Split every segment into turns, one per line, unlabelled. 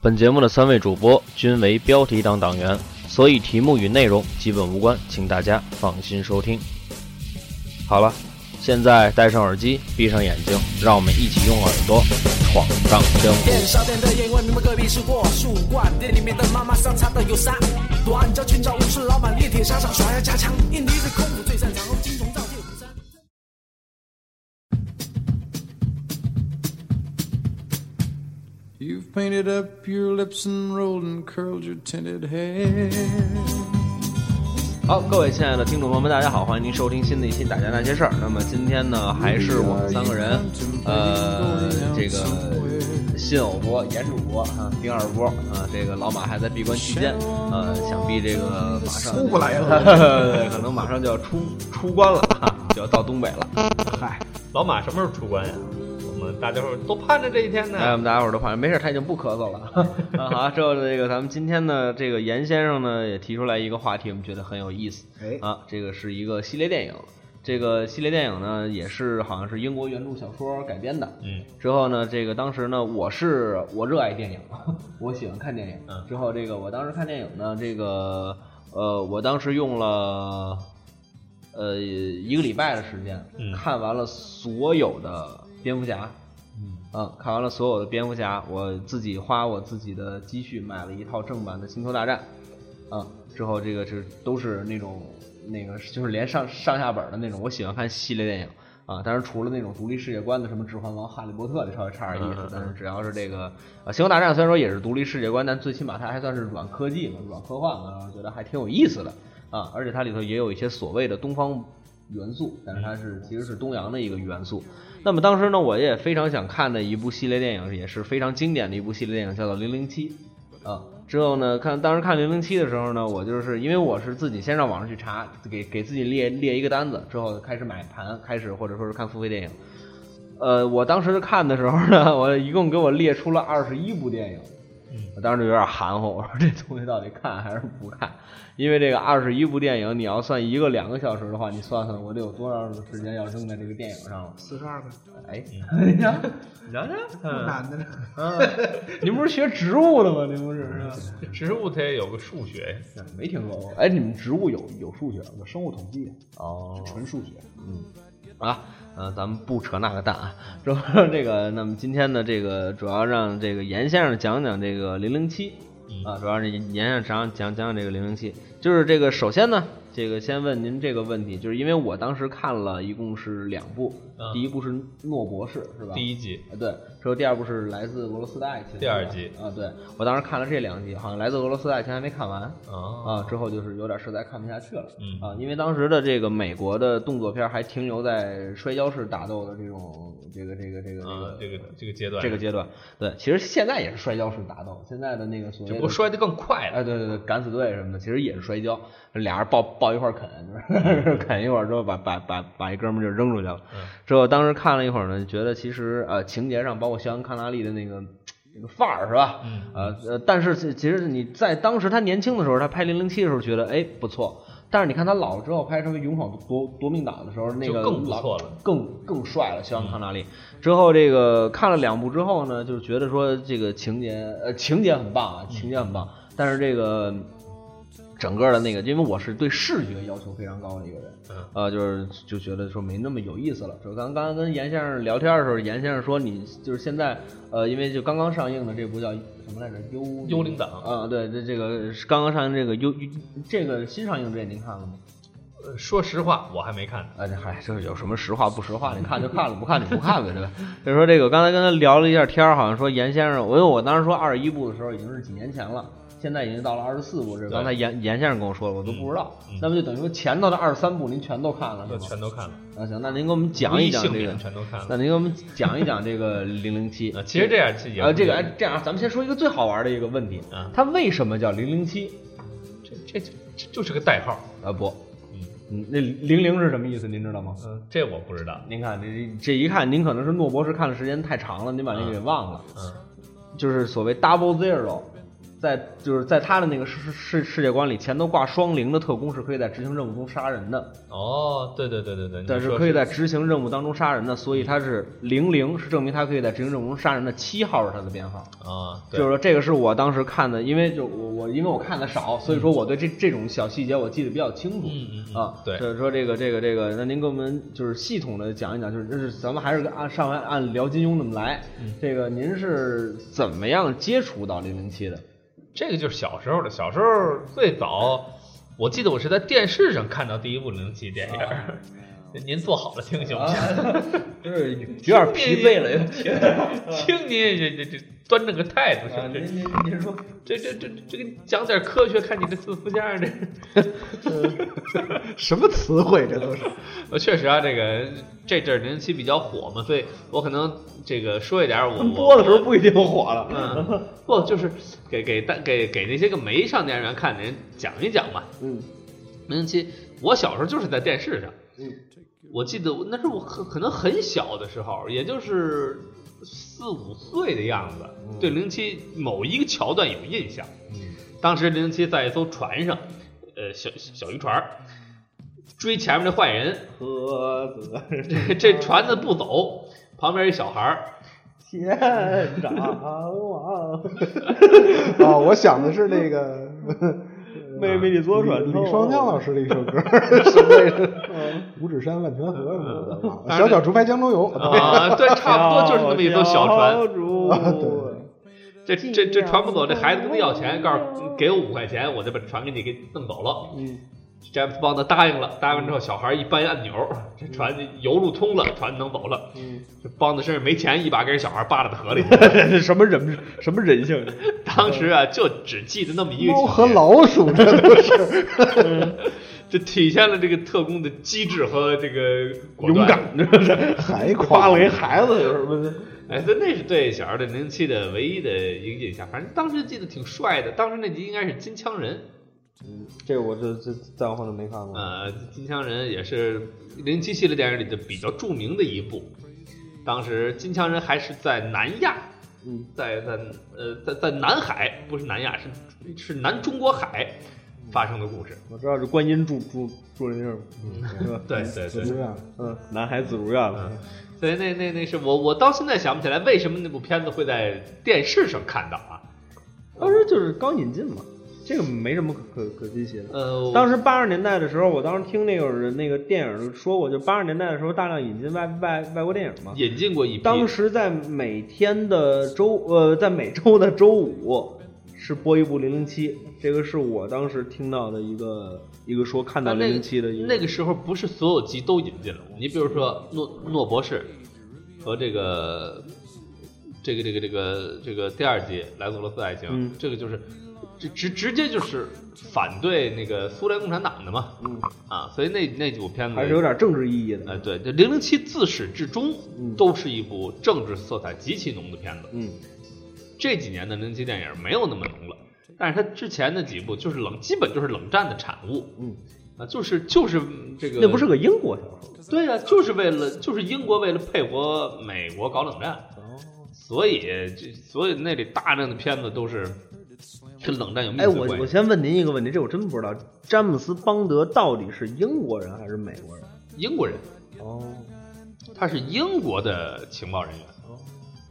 本节目的三位主播均为标题党党员，所以题目与内容基本无关，请大家放心收听。好了，现在戴上耳机，闭上眼睛，让我们一起用耳朵闯荡江湖。
店小店的烟味弥漫隔壁是过树冠，店里面的妈妈桑擦的有啥？短脚裙找无数老板，练铁砂掌耍呀家枪，印尼的功夫最擅长，金铜造铁虎山。
You've painted up your lips and rolled and curled your tinted hair.
好，各位亲爱的听众朋友们，大家好，欢迎您收听新的一期《打架那些事儿》。那么今天呢，还是我们三个人，呃，这个新偶播、严主播啊、丁二波啊，这个老马还在闭关期间，呃，想必这个马上出不来了， 对，可能马上就要出出关了，啊就要到东北了。
老马什么时候出关呀？我们大家伙儿都盼着这一 天呢。
哎，我们大家伙儿都反正没事，他已经不咳嗽了。 啊好，之后这个咱们今天呢，这个严先生呢也提出来一个话题，我们觉得很有意思。
哎
啊，这个是一个系列电影，这个系列电影呢也是好像是英国原著小说改编的。
嗯，
之后呢，这个当时呢，我是我热爱电影， 我喜欢看电影。
嗯
之后这个我当时看电影呢，这个呃，我当时用了呃一个礼拜的时间、
嗯
看完了所有的蝙蝠侠。嗯，看完了所有的蝙蝠侠，我自己花我自己的积蓄买了一套正版的《星球大战》，啊、之后这个是都是那种那个就是连上上下本儿的那种，我喜欢看系列电影啊。当然除了那种独立世界观的，什么《指环王》《哈利波特》的稍微差点意
嗯嗯
思
嗯，
但是只要是这个呃《星球大战》，虽然说也是独立世界观，但最起码它还算是软科技嘛，软科幻嘛，然后觉得还挺有意思的啊。而且它里头也有一些所谓的东方元素，但是它
嗯
是其实是东洋的一个元素。那么当时呢，我也非常想看的一部系列电影，也是非常经典的一部系列电影，叫做《零零七》啊。之后呢，看当时看《零零七》的时候呢，我就是因为我是自己先上网上去查，给给自己列列一个单子，之后开始买盘，开始或者说是看付费电影。呃，我当时看的时候呢，我一共给我列出了二十一部电影，
嗯
我当时就有点含糊，我说这东西到底看还是不看？因为这个二十一部电影，你要算一个两个小时的话，你算算我得有多长时间要扔在这个电影上了？
四十二个，嗯
哎，
然后呢，
男的呢？
您不是学植物的吗？您不是？
嗯
这植物它也有个数学，
没听说过。哎，你们植物有有数学吗？
生物统计，
哦
纯数学。
嗯
啊，呃，咱们不扯那个蛋啊。之后这个，那么今天呢，这个主要让这个严先生讲讲这个零零七
嗯
啊，主要是严先生讲讲讲讲这个零零七。就是这个，首先呢，这个先问您这个问题，就是因为我当时看了一共是两部，
嗯
第一部是诺博士，是吧？
第一季
啊，对，之后第二部是来自俄罗斯的爱情，
第二集
啊，对我当时看了这两集，好像来自俄罗斯的爱情还没看完，
啊，
啊，之后就是有点实在看不下去了，
嗯
啊，因为当时的这个美国的动作片还停留在摔跤式打斗的这种这个这个这个
啊
这
这
个
个这个阶段，
这个阶段，对，其实现在也是摔跤式打斗，现在的那个所
只
谓
不过
的
摔得更快了。
哎，对对对，敢死队什么的，其实也是摔跤，俩人抱抱一块儿啃，就是
嗯
啃一会儿之后把把把把一哥们儿就扔出去了。之后当时看了一会儿呢，觉得其实呃情节上，包括肖恩康纳利的那个那个范儿是吧？
嗯
呃呃，但是其其实你在当时他年轻的时候，他拍《零零七》的时候觉得哎不错，但是你看他老了之后拍成《勇闯夺夺命岛》的时候，那
就
个
更不
老
错了嗯
更更帅了，肖恩康纳利。之后这个看了两部之后呢，就觉得说这个情节呃情节很棒啊，
嗯
情节很棒，但是这个整个的那个，因为我是对视觉要求非常高的一个人，
嗯
呃，就是就觉得说没那么有意思了。就刚刚刚跟严先生聊天的时候，严先生说你就是现在呃，因为就刚刚上映的这部叫什么来着？幽
幽灵党
啊、对，这这个是刚刚上映这个幽这个新上映这您看了吗？
呃说实话，我还没看呢。
哎，这嗨，这有什么实话不实话？你 看就看了，不看就不看呗，对吧？所以说这个，刚才跟他聊了一下天儿，好像说严先生，我因为我当时说二十一部的时候已经是几年前了，现在已经到了二十四部，这是
对
刚才严严先生跟我说了，我都不知道。
嗯嗯
那么就等于说前头的二十三部您全都看了，
那
是吗？
全都看了，
啊，行，那您给我们讲一讲
无一幸
这个
免，全都看
那
了。
您给我们讲一讲这个零零七
啊，。其实这样是也
啊，
不
这个哎
对，
这样，咱们先说一个最好玩的一个问题
啊，
它为什么叫零零七？
这这这就是个代号。
啊不，
嗯
嗯，那零零是什么意思？您知道吗？
嗯，这我不知道。
您看这这一看，您可能是诺博士看的时间太长了，您把那个给忘了。
嗯，
就是所谓 double zero，在就是在他的那个世世世界观里，前头挂双零的特工是可以在执行任务中杀人的，
哦，对对对对对，
但
你
是
说
可以在执行任务当中杀人的，所以他是零零，是证明他可以在执行任务中杀人的。七号是他的编号，
啊，对
就是说这个是我当时看的，因为就我我因为我看的少，所以说我对这这种小细节我记得比较清楚。
嗯嗯嗯嗯
啊，
对
所以说这个这个这个，那您给我们就是系统的讲一讲，就是就是咱们还是按上来按聊金庸那么来。
嗯
这个您是怎么样接触到零零七的？
这个就是小时候的，小时候最早，我记得我是在电视上看到第一部零零七电影
啊
儿。您坐好了听行不 行？
就是有点疲惫了，有点疲惫了。
听您这这这端正个态度，
啊
兄
您
弟，
您您 说，
这这这这这个讲点科学，看你这字符架这。
呃
什么词汇这都是？
呃，确实啊，这个这阵儿零零七比较火嘛，所以我可能这个说一点儿我我
播的时候不一定火了。
嗯，不就是给给大给给那些个没上电影院看的人讲一讲吧。
嗯
零零七，我小时候就是在电视上，
嗯，
我记得我那是我可可能很小的时候，也就是四五岁的样子，对零零七某一个桥段有印象。当时零零七在一艘船上，呃，小小渔船儿追前面那坏人，
呵， 子
这这船子不走，旁边一小孩儿，
天长啊，
啊，我想的是那个
妹妹你左转
李
头
李双江老师的一首歌，什么来着？五指山万泉河什么的忘了，小脚竹排江中游。
啊， 对，差不多就是那么一艘小船。
船。
嗯
这这这船不走，这孩子跟他
哦
要钱，告诉嗯给我五块钱，我就把这船给你给弄走了。
嗯，
詹姆斯邦德答应了，答应之后，小孩一扳按钮，这船就油路通了，船能走了。
嗯，
这邦德身上没钱，一把给小孩扒拉到 河里去。
什么人什么人性？
当时啊，就只记得那么一个
嗯猫
情
和
节，
老鼠，这都是
这体现了这个特工的机智和这个果断
勇敢，这是
海
夸
狂
了一孩子有什么？
哎，那那是对小孩对零零七的唯一的一个印象。反正当时记得挺帅的，当时那集应该是金枪人，
这个我这这再往后就没看过。
呃，金枪人也是零零七系列电影里的比较著名的一部。当时金枪人还是在南亚，
嗯，
在在呃在在南海，不是南亚，是是南中国海
嗯
发生的故事。
我知道是观音住住住人地儿，嗯，吧？
对嗯对
怎么样？
嗯，南海紫竹院了。
所以那那那是我我到现在想不起来为什么那部片子会在电视上看到啊。
当时就是刚引进嘛，这个没什么可可可稀奇的。
呃，我
当时八十年代的时候，我当时听那个人那个电影说过，就八十年代的时候大量引进外外外国电影嘛。
引进过一批，
当时在每天的周呃，在每周的周五是播一部《零零七》，这个是我当时听到的一个一个说看到《
啊那个
零零七》的一个、
那个时候不是所有集都引进了，你比如说诺诺博士和这个这个这个这个这个第二集《莱俄罗斯爱情》
嗯
这个就是直直直接就是反对那个苏联共产党的嘛，
嗯
啊，所以那那几部片子
还是有点政治意义的。
哎，对，这《零零七》自始至终
嗯
都是一部政治色彩极其浓的片子。
嗯，
这几年的零零七电影没有那么浓了，但是它之前的几部就是冷，基本就是冷战的产物。
嗯，
啊，就是就是这个，
那不是个英国小说。
对呀、就是为了就是英国为了配合美国搞冷战，
哦
所以这所以那里大量的片子都是跟冷战有密
哎，
切
我
关系。
我先问您一个问题，这我真不知道，詹姆斯邦德到底是英国人还是美国人？
英国人，
哦，
他是英国的情报人员。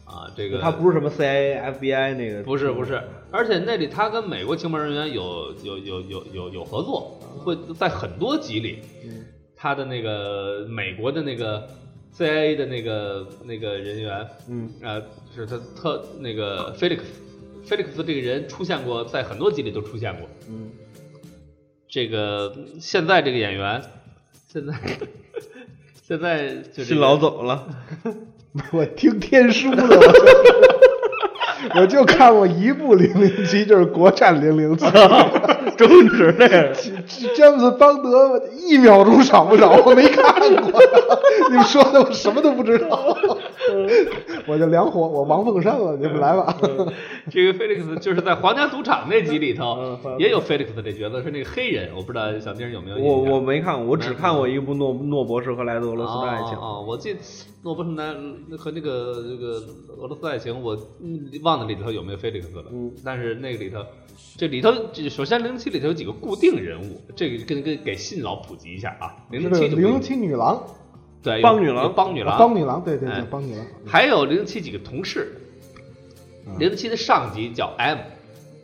啊，这个
哦他不是什么 CIA、FBI 那个，
不是不是，而且那里他跟美国情报人员有有有有有有合作，会在很多集里，他的那个美国的那个 CIA 的那个那个人员，
嗯，
呃，是他特那个 Felix Felix 这个人出现过，在很多集里都出现过，
嗯，
这个现在这个演员，现在现在就这
新
个
老总了。
我听天书的，我 我就看过一部零零七，就是国产零零七。
周星驰那个，
詹姆斯邦德一秒钟少不少，我没看过。 你们说的我什么都不知道，我就两火，我王凤山了，你们来吧。
这个 Felix 就是在《皇家赌场》那集里头也有 Felix 的这角色，是那个黑人，我不知道小丁有没有印象。
我我没看，我只看过一部诺诺博士和来自俄罗斯的爱情
哦哦。哦，我记诺不是那和那个那个俄罗斯爱情，我嗯忘了忘了里头有没有菲利克斯了，
嗯
但是那个里头，这里头首先零零七里头有几个固定人物，这个跟跟给新老普及一下啊，零
是
零七
零零七女郎，
对有
帮女郎啊
有帮女郎，
帮女郎，对对对
哎，
帮女郎，
还有零零七几个同事，
嗯
零零七的上级叫 M，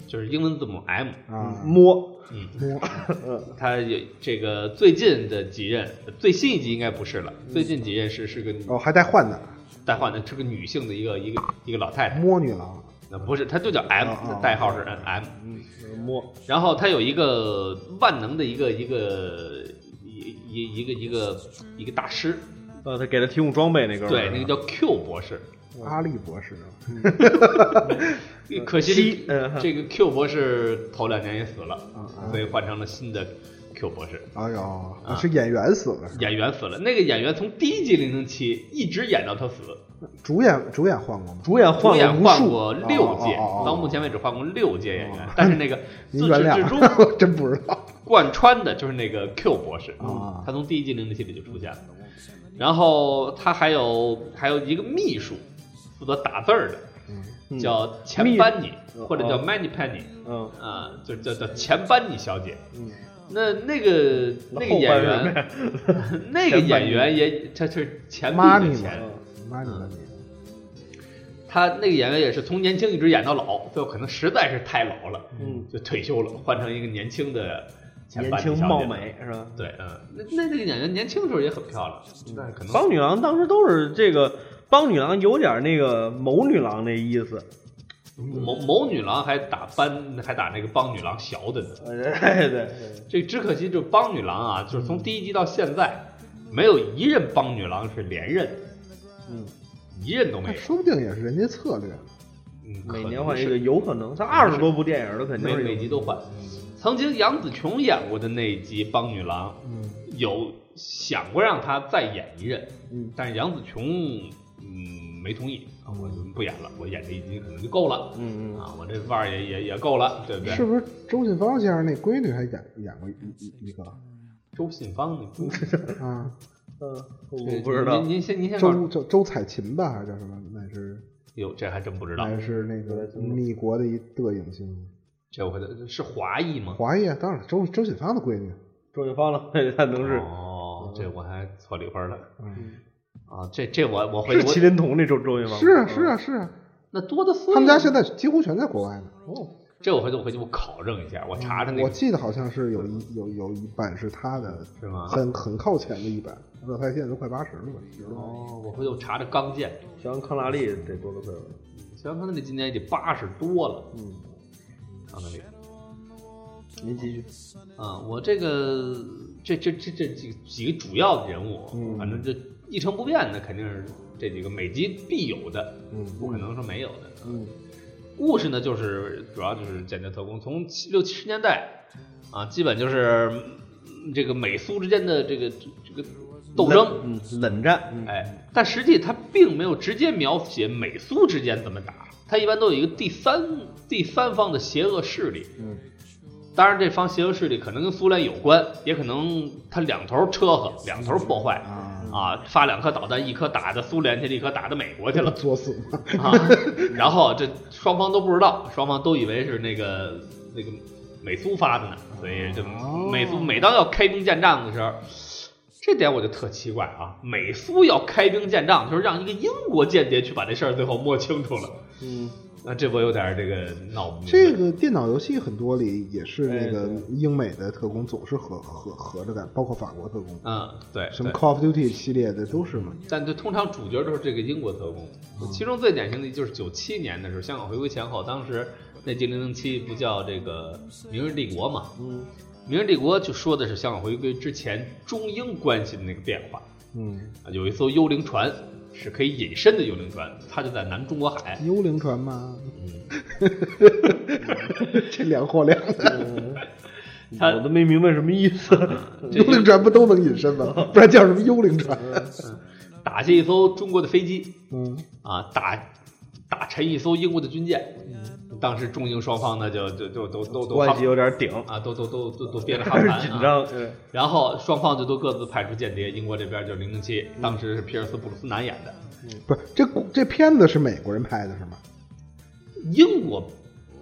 就是英文字母 M，
啊，
嗯摸
摸
他有这个最近的几任，最新一集应该不是了，最近几任是是个
哦，还带换的，
代换的，是个女性的一个一个一个老太太，
摸女郎，
那呃不是，她就叫 M，
哦哦
代号是 M，
摸，
然后她有一个万能的一个一个一一一个一个一个大师，
呃，他给他提供装备那哥们
对，
儿，
那个叫
啊
Q 博士，
阿笠博士，呃
可惜
七嗯
这个 Q 博士头两年也死了
嗯嗯，
所以换成了新的 Q 博士。
哎呦，
啊
是演员死了，是吧
演员死了，那个演员从第一集零零七一直演到他死，
主演主演换过吗？
主演
主
换
演
了无
换
数，
过六届
哦哦哦哦，哦
到目前为止换过六届演员，但是 那个自
您
始
原
至 终
谅，真不知道。
贯穿的就是那个 Q 博士
啊，
他从第一季零零七里就出现了，然后他还有还有一个秘书负责打字儿的，叫钱班尼
哦
或者叫 Many Penny，
嗯，
啊，就叫叫钱班尼小姐，那那个那个
后
演
半人
员，那个演员也他是钱币
妈
的
你
钱。
嗯
妈你了你，
嗯他那个演员也是从年轻一直演到老，最后可能实在是太老了，
嗯，
就退休了，换成一个年轻的前
年
半
轻
小姐
貌。美是吧？
对，嗯，那那那个演员年轻的时候也很漂亮，但是可能
帮女郎当时都是这个帮女郎有点那个谋女郎那意思，
某某女郎还打班，还打那个帮女郎小的呢。
哎 对，
这只可惜就是帮女郎啊，就是从第一集到现在，没有一任帮女郎是连任，
嗯，
一任都没有。
说不定也是人家策略。
嗯，可
每
能
年换一
是
个，有可能，他二十多部电影都肯定
每
是
每
有
集都换。曾经杨紫琼演过的那一集《帮女郎》，有想过让她再演一任，
嗯
但是杨紫琼嗯没同意，
哦
啊我就不演了，我演这一集可能就够了，
嗯嗯
啊，我这腕儿也也也够了，对不对？
是不是周信芳先生那闺女还演演过一一一个
周信芳，你不
啊？
嗯，我不知道
您，您先您先告诉
周周周彩琴吧，还是叫什么？那是
哟，这还真不知道，
那是那个米国的一德影星，
这我回头是华裔吗？
华裔啊，当然周周信芳的闺女。
周雪芳了， 他能是
哦，这我还错里边了
嗯，
啊，这这我我回
是
我
麒麟童那周周雪芳吗
是啊是啊是啊，
那多的碎，
他们家现在几乎全在国外呢。
这我回头我回去我考证一下，嗯我查查那
我
个
记得好像是有一有有一版是他的，
是吗？
很很靠前的一版，乐太现在都快八十了吧？
哦，我回头查查刚健，
小安康拉利得多个岁数，
小杨康那今年也得八十多了。嗯，康德利
您继续，
啊，我这个这这这这几几个主要的人物，反正这一成不变的肯定是这几个每集必有的，嗯，不可能说没有的。嗯，故事呢就是主要就是间谍特工，从七六七十年代啊，基本就是嗯这个美苏之间的这个这个斗争，
嗯，冷战，嗯
哎，但实际它并没有直接描写美苏之间怎么打，它一般都有一个第三第三方的邪恶势力。嗯，当然这方邪恶势力可能跟苏联有关，也可能它两头车和，两头破坏啊，发两颗导弹，一颗打的苏联去了，一颗打的美国去了。
作死嘛，
啊，然后这双方都不知道，双方都以为是那个那个美苏发的呢，所以这美
哦
苏每当要开兵建仗的时候，这点我就特奇怪啊，美苏要开兵建仗，就是让一个英国间谍去把这事儿最后摸清楚了，
嗯，
那这我有点这个闹不明白。
这个电脑游戏很多里也是那
哎
个英美的特工总是合合合着干，包括法国特工，
嗯，对，
什么
对
Call of Duty 系列的都是嘛。
但就通常主角都是这个英国特工，
嗯
其中最典型的就是九七年的时候，香港回归前后，当时那零零七不叫这个《明日帝国》嘛，嗯，《明日帝国》就说的是香港回归之前中英关系的那个变化，
嗯，
啊有一艘幽灵船是可以隐身的幽灵船，它就在南中国海，嗯
幽灵船吗？
嗯
这两货量
嗯
的，
他
嗯我都没明白什么意思，
幽灵船不都能隐身吗？不然叫什么幽灵船？
打下一艘中国的飞机，
嗯，
啊，打打沉一艘英国的军舰，当时中英双方呢就就就都都都
嗯关系有点顶，
啊，都都都都都憋着哈
开始
盘、啊，
紧张，对，
然后双方就都各自派出间谍，英国这边就零零七，
嗯
当时是皮尔斯布鲁斯南演的，
不是这这片子是美国人拍的是吗？
英国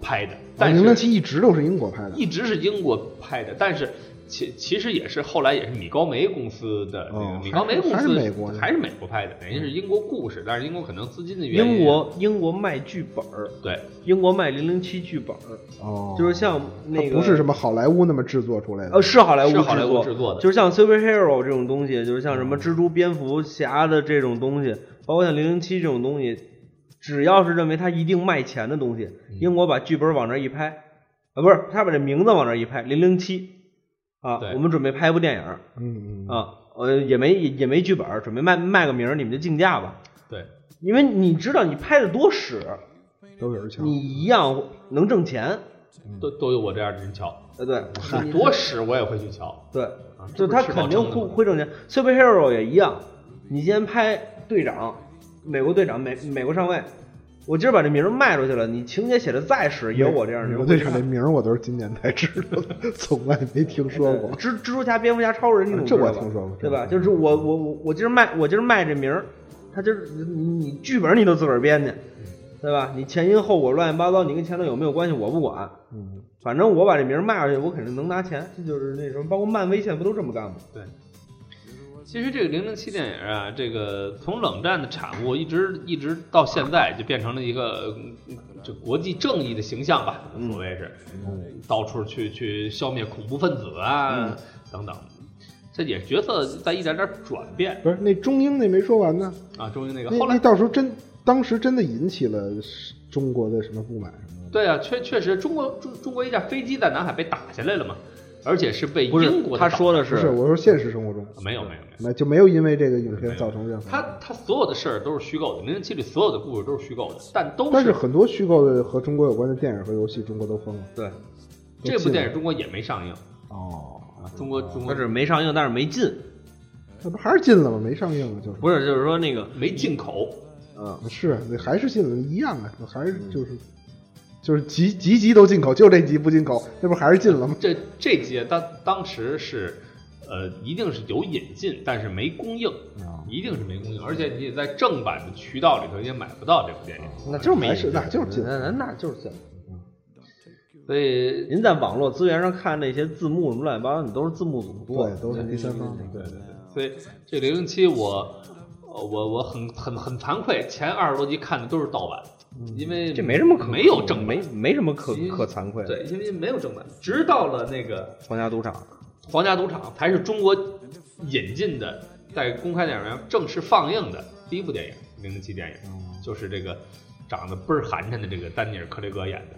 拍的，但
啊零零
是
七一直都是英国拍的，
一直是英国拍的，但是其其实也是后来也是米高梅公司的那个
哦
米高梅公
还是
司
美国的
还是美国拍的，等于是英国故事，但是英国可能资金的原因，
英国英国卖剧本儿，
对
英国卖零零七剧本儿，
哦，
就是像那
它
个
不是什么好莱坞那么制作出来的，
呃，是好莱坞
是好莱坞
作
制作的嗯
就是像 superhero 这种东西，就是像什么蜘蛛、蝙蝠侠的这种东西，包括像零零七这种东西，只要是认为它一定卖钱的东西，
嗯
英国把剧本往那儿一拍，啊、不是，他把这名字往那儿一拍，零零七，啊
对，
我们准备拍一部电影儿
嗯嗯嗯，
啊，呃，也没也也没剧本儿，准备卖卖个名儿，你们就竞价吧，
对，
因为你知道你拍的多屎，
都有人抢。
你一样能挣钱，
嗯
都都有我这样的人瞧，
呃，对，你
多屎我也会去瞧，
对，
啊
这
就
不
他
是吃饱
肯定
撑的
会
吗
会挣钱。Superhero 也一样，你先拍队长，美国队长，美美国上尉，我今儿把这名儿卖出去了，你情节写的再屎，也有我这样的
美
人。
国队长这名儿我都是今年才知道的，从来没听说过。
蜘蜘蛛侠、蝙蝠侠、超人，你总
这
知
我
道吧？
听说过
对吧？
这
就是我我我我今儿卖我今儿卖这名儿，他今儿你你剧本你都自个儿编去，
嗯
对吧？你前因后果乱七八糟，你跟前头有没有关系我不管，
嗯，
反正我把这名儿卖出去，我肯定能拿钱。这就是那什么，包括漫威现在不都这么干吗？
对。其实这个零零七电影啊，这个从冷战的产物一直一直到现在，就变成了一个嗯这国际正义的形象吧，所谓是，到处去去消灭恐怖分子啊、等等，这也角色在一点点转变
不是那中英那没说完呢，
啊。终于那个
那
后来
那到时候真当时真的引起了中国的什么不满什么的。
对啊，确确实中国中中国一架飞机在南海被打下来了嘛，而且是被
不是啊
英国，
他说
的
的
不是，我说现实生活中
打没有没有没有。
那就没有因为这个影片造成任何。
他他所有的事儿都是虚构的，零零七里所有的故事都是虚构的，但都
但是很多虚构的和中国有关的电影和游戏，中国都封了。
对，
这部电影中国也没上映
哦，
啊，中国中国
嗯它是没上映，但是没进，
那不还是禁了吗？没上映啊，就是
不是就是说那个，
没进口，
嗯，
是那还是进了一样啊，还是就是就是集集集都进口，就这集不进口，那不还是进了吗？
这这届当当时是呃一定是有引进，但是没供应，
啊
一定是没供应，而且你也在正版的渠道里头也买不到这部电影，
那就是
还是那就是进
那那那就是进。
所以
您在网络资源上看那些字幕什么乱七八糟，你都是字幕组做
对，
的。
都是第三方的。对
所以这零零七我。呃我我很很很惭愧，前二十多集看的都是盗版，因为
嗯这没什么可
没有正版
没，没什么可
其实
可惭愧的。
对，因为没有正版，直到了那个
皇家赌场，
皇家赌场才是中国引进的，在公开电影院正式放映的第一部电影，零零七电影，就是这个长得倍儿寒碜的这个丹尼尔·克雷格演的，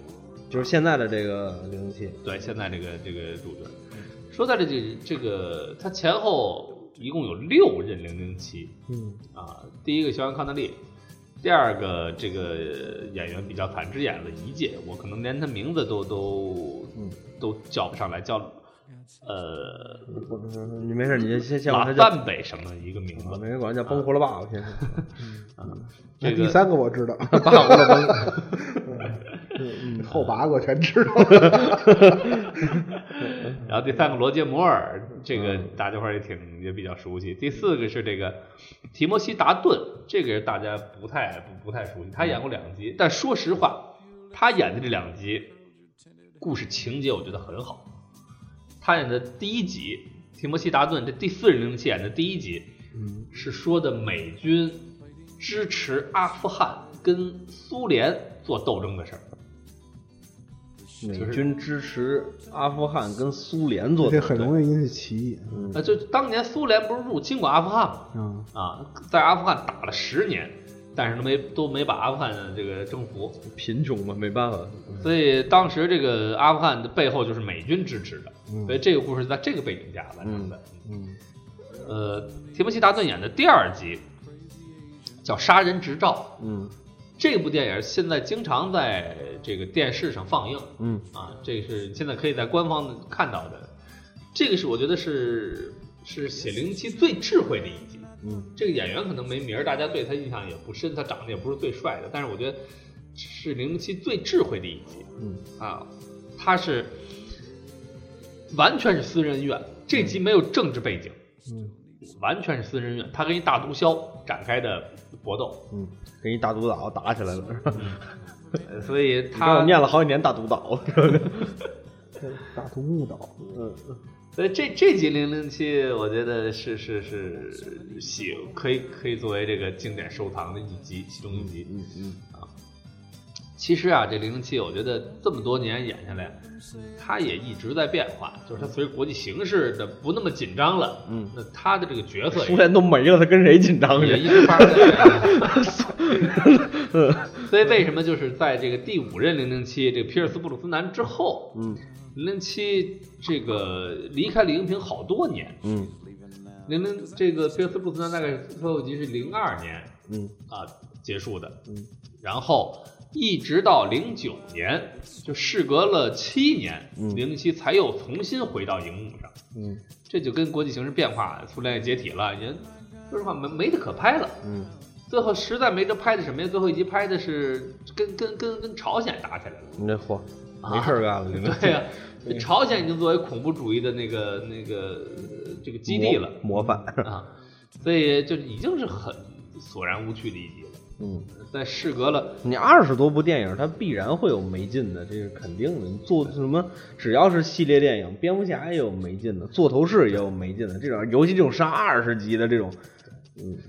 就是现在的这个零零七，
对，现在这个这个主角。说在这这这个，他前后一共有六任零零七
嗯，
啊，第一个肖恩·康纳利，第二个这个演员比较惨，只演了一届，我可能连他名字都都、都叫不上来，叫呃
你没事，你就先先
拉
管他叫，
赞北什么一个名字
啊，没人管他叫崩葫芦爸爸先生。
哦那
这
第
个
三个我知道， 嗯后八个全知道。
然后第三个罗杰摩尔，这个
嗯
大家伙儿也挺也比较熟悉。第四个是这个提摩西达顿，这个大家不太不不太熟悉，他演过两集，但说实话，他演的这两集故事情节我觉得很好。他演的第一集，提摩西达顿这第四人零七演的第一集，
嗯，
是说的美军支持阿富汗跟苏联做斗争的事儿。
美军支持阿富汗跟苏联做
这
的，
很容易引起歧义。嗯
呃，就当年苏联不是入侵过阿富汗吗？
啊，
啊，在阿富汗打了十年，但是都没都没把阿富汗这个征服，
贫穷嘛，没办法。
所以当时这个阿富汗的背后就是美军支持的，所以这个故事是在这个背景下完成的。
嗯，
呃，提摩西·达顿演的第二集叫《杀人执照》，
嗯
这部电影现在经常在这个电视上放映
嗯，
啊，这是现在可以在官方看到的。这个是我觉得是是写零七最智慧的一集。
嗯，
这个演员可能没名儿，大家对他印象也不深，他长得也不是最帅的，但是我觉得是零零七最智慧的一集。
嗯
啊，他是完全是私人恩怨，这集没有政治背景，
嗯，
完全是私人恩怨，他跟一大毒枭展开的搏斗，
给你大毒岛打起来了，是吧
呃所以
你看我
他
念了好几年大独岛，
大图误导，
所以这这集零零七，我觉得是是是喜可以可以作为这个经典收藏的一集，其中一集。嗯嗯啊，其实啊，这零零七，我觉得这么多年演下来，它也一直在变化，就是它随着国际形势的不那么紧张了，嗯，那它的这个角色
苏联都没了，他跟谁紧张
也
去？
一直发展。所以为什么就是在这个第五任零零七这个皮尔斯布鲁斯南之后，嗯，零零七这个离开李英平好多年，
嗯，
零零这个皮尔斯布鲁斯南大概是最后一集是零二年，
嗯
啊结束的，嗯，然后。一直到零九年，就事隔了七年，零零七才又重新回到荧幕上。
嗯
这就跟国际形势变化，苏联也解体了，人说实话没没得可拍了。
嗯，
最后实在没得拍的什么呀？最后一集拍的是跟跟跟跟朝鲜打起来了。
你这货没事儿干了，你这
啊对呀、朝鲜已经作为恐怖主义的那个那个呃这个基地了
模模范。
啊，所以就已经是很索然无趣的一集了。
嗯，
但事隔了，
你二十多部电影，它必然会有没劲的，这是肯定的。你做什么，只要是系列电影，蝙蝠侠也有没劲的，座头市也有没劲的，这种尤其这种上二十集的这种，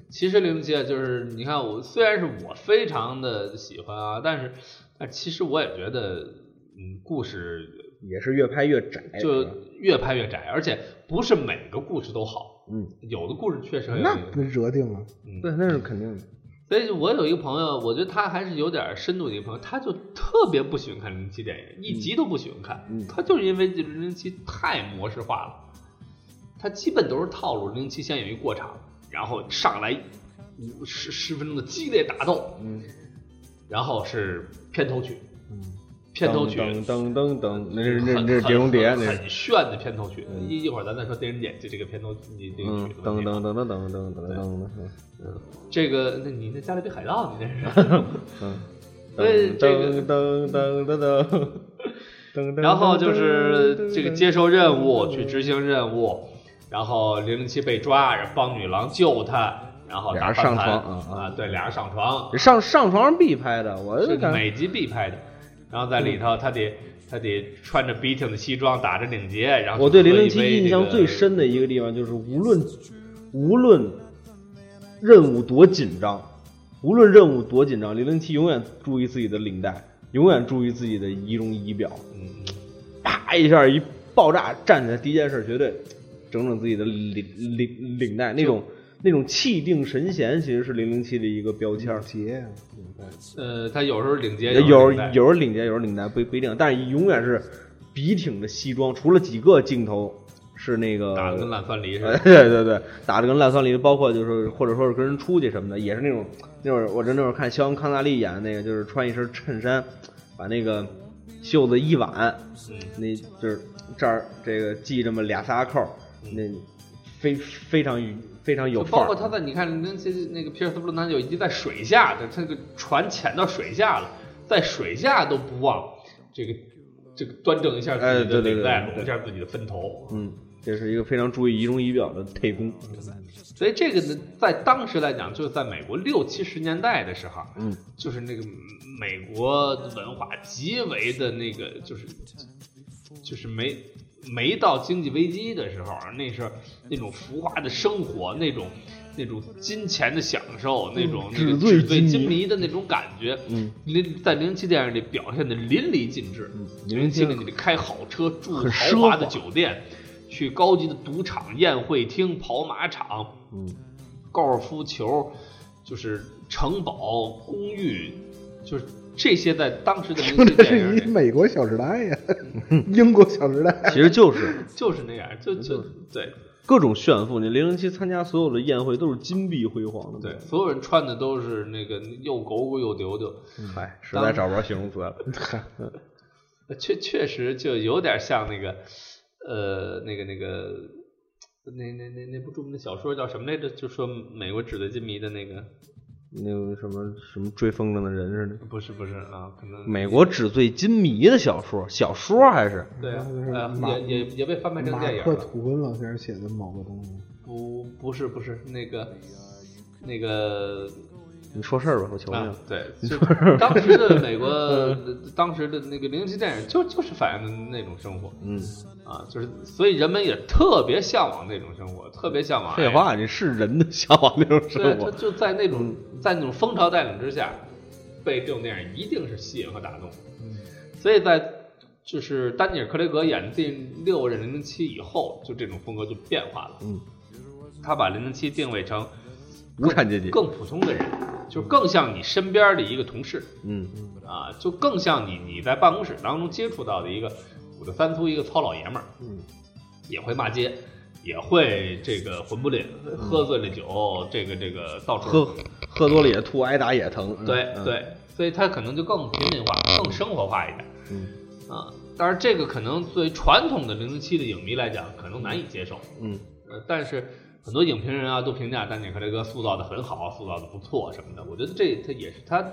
其实零零七啊，就是你看我虽然是我非常的喜欢啊，但是但其实我也觉得，嗯，故事
也哎是越拍越窄。
就越拍越窄，而且不是每个故事都好，
嗯，
有的故事确实很有
那
意思。嗯
那惹定了。
对，那是肯 定的。
所以我有一个朋友，我觉得他还是有点深度的一个朋友，他就特别不喜欢看零零七电影，一集都不喜欢看，他就是因为这零零七太模式化了，他基本都是套路，零零七先有一过场，然后上来五十十分钟的激烈打斗，嗯，然后是片头曲，嗯，片头曲
噔噔噔噔，那是那
很
那是
很
碟中谍，
很
那是
很炫的片头曲。一一会儿咱再说《碟中谍》这这个片头你这个
嗯
曲子，
噔
问题。
噔噔噔噔噔噔噔
这个，那你那加勒比海盗，你那 是？
嗯
所以
噔
这个
噔噔噔噔噔噔，
然后就是这个接受任务，去执行任务，然后零零七被抓，然后帮女郎救他，然后
俩人
打翻
上
盘
床啊啊
啊，对，俩人上床，
上上床上必拍的，我
是
就感觉
每集必拍的。然后在里
嗯
头，他得他得穿着笔挺的西装，打着领结，然后
我对
喝
零
一
零七
杯
印
这
象
个
最深的一个地方就是，无论无论任务多紧张，无论任务多紧张，零零七永远注意自己的领带，永远注意自己的仪容仪表，
嗯
啪一下一爆炸，站起来第一件事绝对整整自己的领领领带，那种那种气定神闲，其实是零零七的一个标签儿。
结，
呃，他有时候领结
有
时候
有
领带
有人领结，有人领带不不一定，但是永远是笔挺着西装，除了几个镜头是那个
打的跟烂番梨似的
呃哎。 对对对，打的跟烂酸梨，包括就是或者说是跟人出去什么的，也是那种那会儿我真那会儿看肖恩康纳利演的那个，就是穿一身衬衫，把那个袖子一挽，那就是这儿这个系这么俩仨扣儿，
嗯
那非非常非常有
就
范
包
儿
括。他在你看那些那个皮尔斯布鲁南就已经在水下，他他这个船潜到水下了，在水下都不忘这个这个端正一下自己
哎
的
对对
领带，
对对
拢一下自己的分头。
嗯，这是一个非常注意仪容仪表的配 工。
所以这个呢，在当时来讲，就是在美国六七十年代的时候，
嗯，
就是那个美国文化极为的那个，就是就是没没到经济危机的时候，那是那种浮华的生活，那种那种金钱的享受，那种那个
嗯纸醉
纸醉
金迷
金迷的那种感觉，
嗯，
零在零七电影里表现的淋漓尽致，零七里开好车，住
很
豪华
奢
的
华
酒店，去高级的赌场、宴会厅、跑马场，
嗯，
高尔夫球，就是城堡、公寓，就是这些在当时的明星
这
电
是
影
一
里
美国小时代呀，英国小时代。
其实就是
就是那样，就就对
各种炫富，你零零七参加所有的宴会都是金碧辉煌的。
对，，所有人穿的都是那个又狗狗又丢丢，
嗨，实在找不着形容词了。
确确实就有点像那个呃那个那个。那那那那部著名的小说叫什么来着？就说美国纸醉金迷的那个，
那个什么什么追风筝的人似的。
不是不是啊，可能
美国纸醉金迷的小说，小说还是
对啊
就是，马
呃，也也也被翻拍成
马
电影
克
了。
吐温老先生写的某个东西，
不，不是，不是那个，那个，
你说事儿吧，我求
啊对，
你。，
就当时的美国，当时的那个零零七电影就就是反映的那种生活
嗯，
啊，就是所以人们也特别向往那种生活，特别向往。
废
哎，
话，你是人的向往那种
对，
生
他
活。
就在那种在那种风潮带领之下，被这种电影一定是吸引和打动。
嗯
所以在就是丹尼尔·克雷格演进《六个人零零七》以后，就这种风格就变化了。
嗯，
他把零零七定位成
无产阶级，
更普通的人，就更像你身边的一个同事。
嗯，
啊，就更像你你在办公室当中接触到的一个五大三粗一个糙老爷们儿，
嗯，
也会骂街，也会这个混不吝，喝醉了酒，这个这个到处
喝喝多了也吐，挨打也疼。嗯
对，
嗯
对，所以它可能就更平民化、更生活化一点。
嗯
啊，但是这个可能对传统的零零七的影迷来讲，可能难以接受。
嗯，
呃，但是很多影评人啊都评价丹尼尔·克雷格塑造的很好，塑造的不错什么的。我觉得这它也是他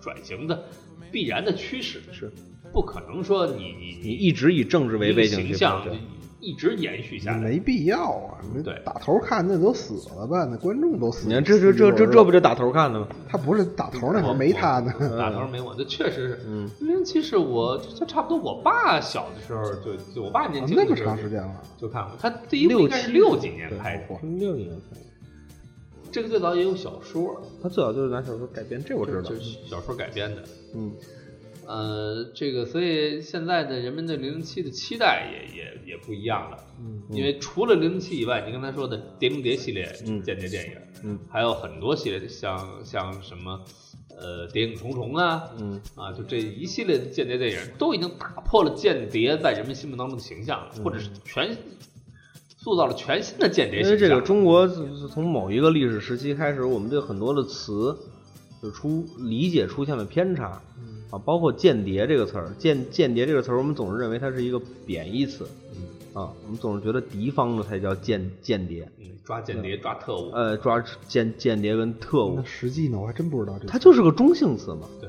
转型的必然的趋势，
是
不可能说你你
你一直以政治为
一
背
个
景去
形象
拍摄
一直延续下来。
没必要啊！那
对
打头看那都死了吧？那观众都死了。
你看这这这这这不就打头看的吗？
他不是打头那会儿没 他呢。
打头没我，这确实是。嗯，零零七是我这这差不多，我爸小的时候就就我爸年轻
啊那
的
么
时候
长时间了，
就看过。他第一部应该是六几年拍的，
六年
这个最早也有小说，
他最早就是拿小说改编，这我知道
就。是小说改编的。
嗯，
呃，这个所以现在的人们对零零七的期待也也也不一样了。嗯，因为除了零零七以外，你刚才说的《碟中谍》系列
嗯
间谍电影，
嗯，
还有很多系列，像像什么呃《谍影重重》啊，
嗯
啊，就这一系列的间谍电影都已经打破了间谍在人们心目当中的形象了，
嗯
或者是全塑造了全新的间谍
因
形
为
象。
这个中国自自从某一个历史时期开始，我们对很多的词就出理解出现了偏差
嗯
啊，包括间谍这个词儿，间间谍这个词儿，我们总是认为它是一个贬义词
嗯
啊，我们总是觉得敌方的才叫间间谍，
嗯抓间谍抓特务，
呃，抓间间谍跟特
嗯
务
那，实际呢，我还真不知道这。
它就是个中性词嘛。
对，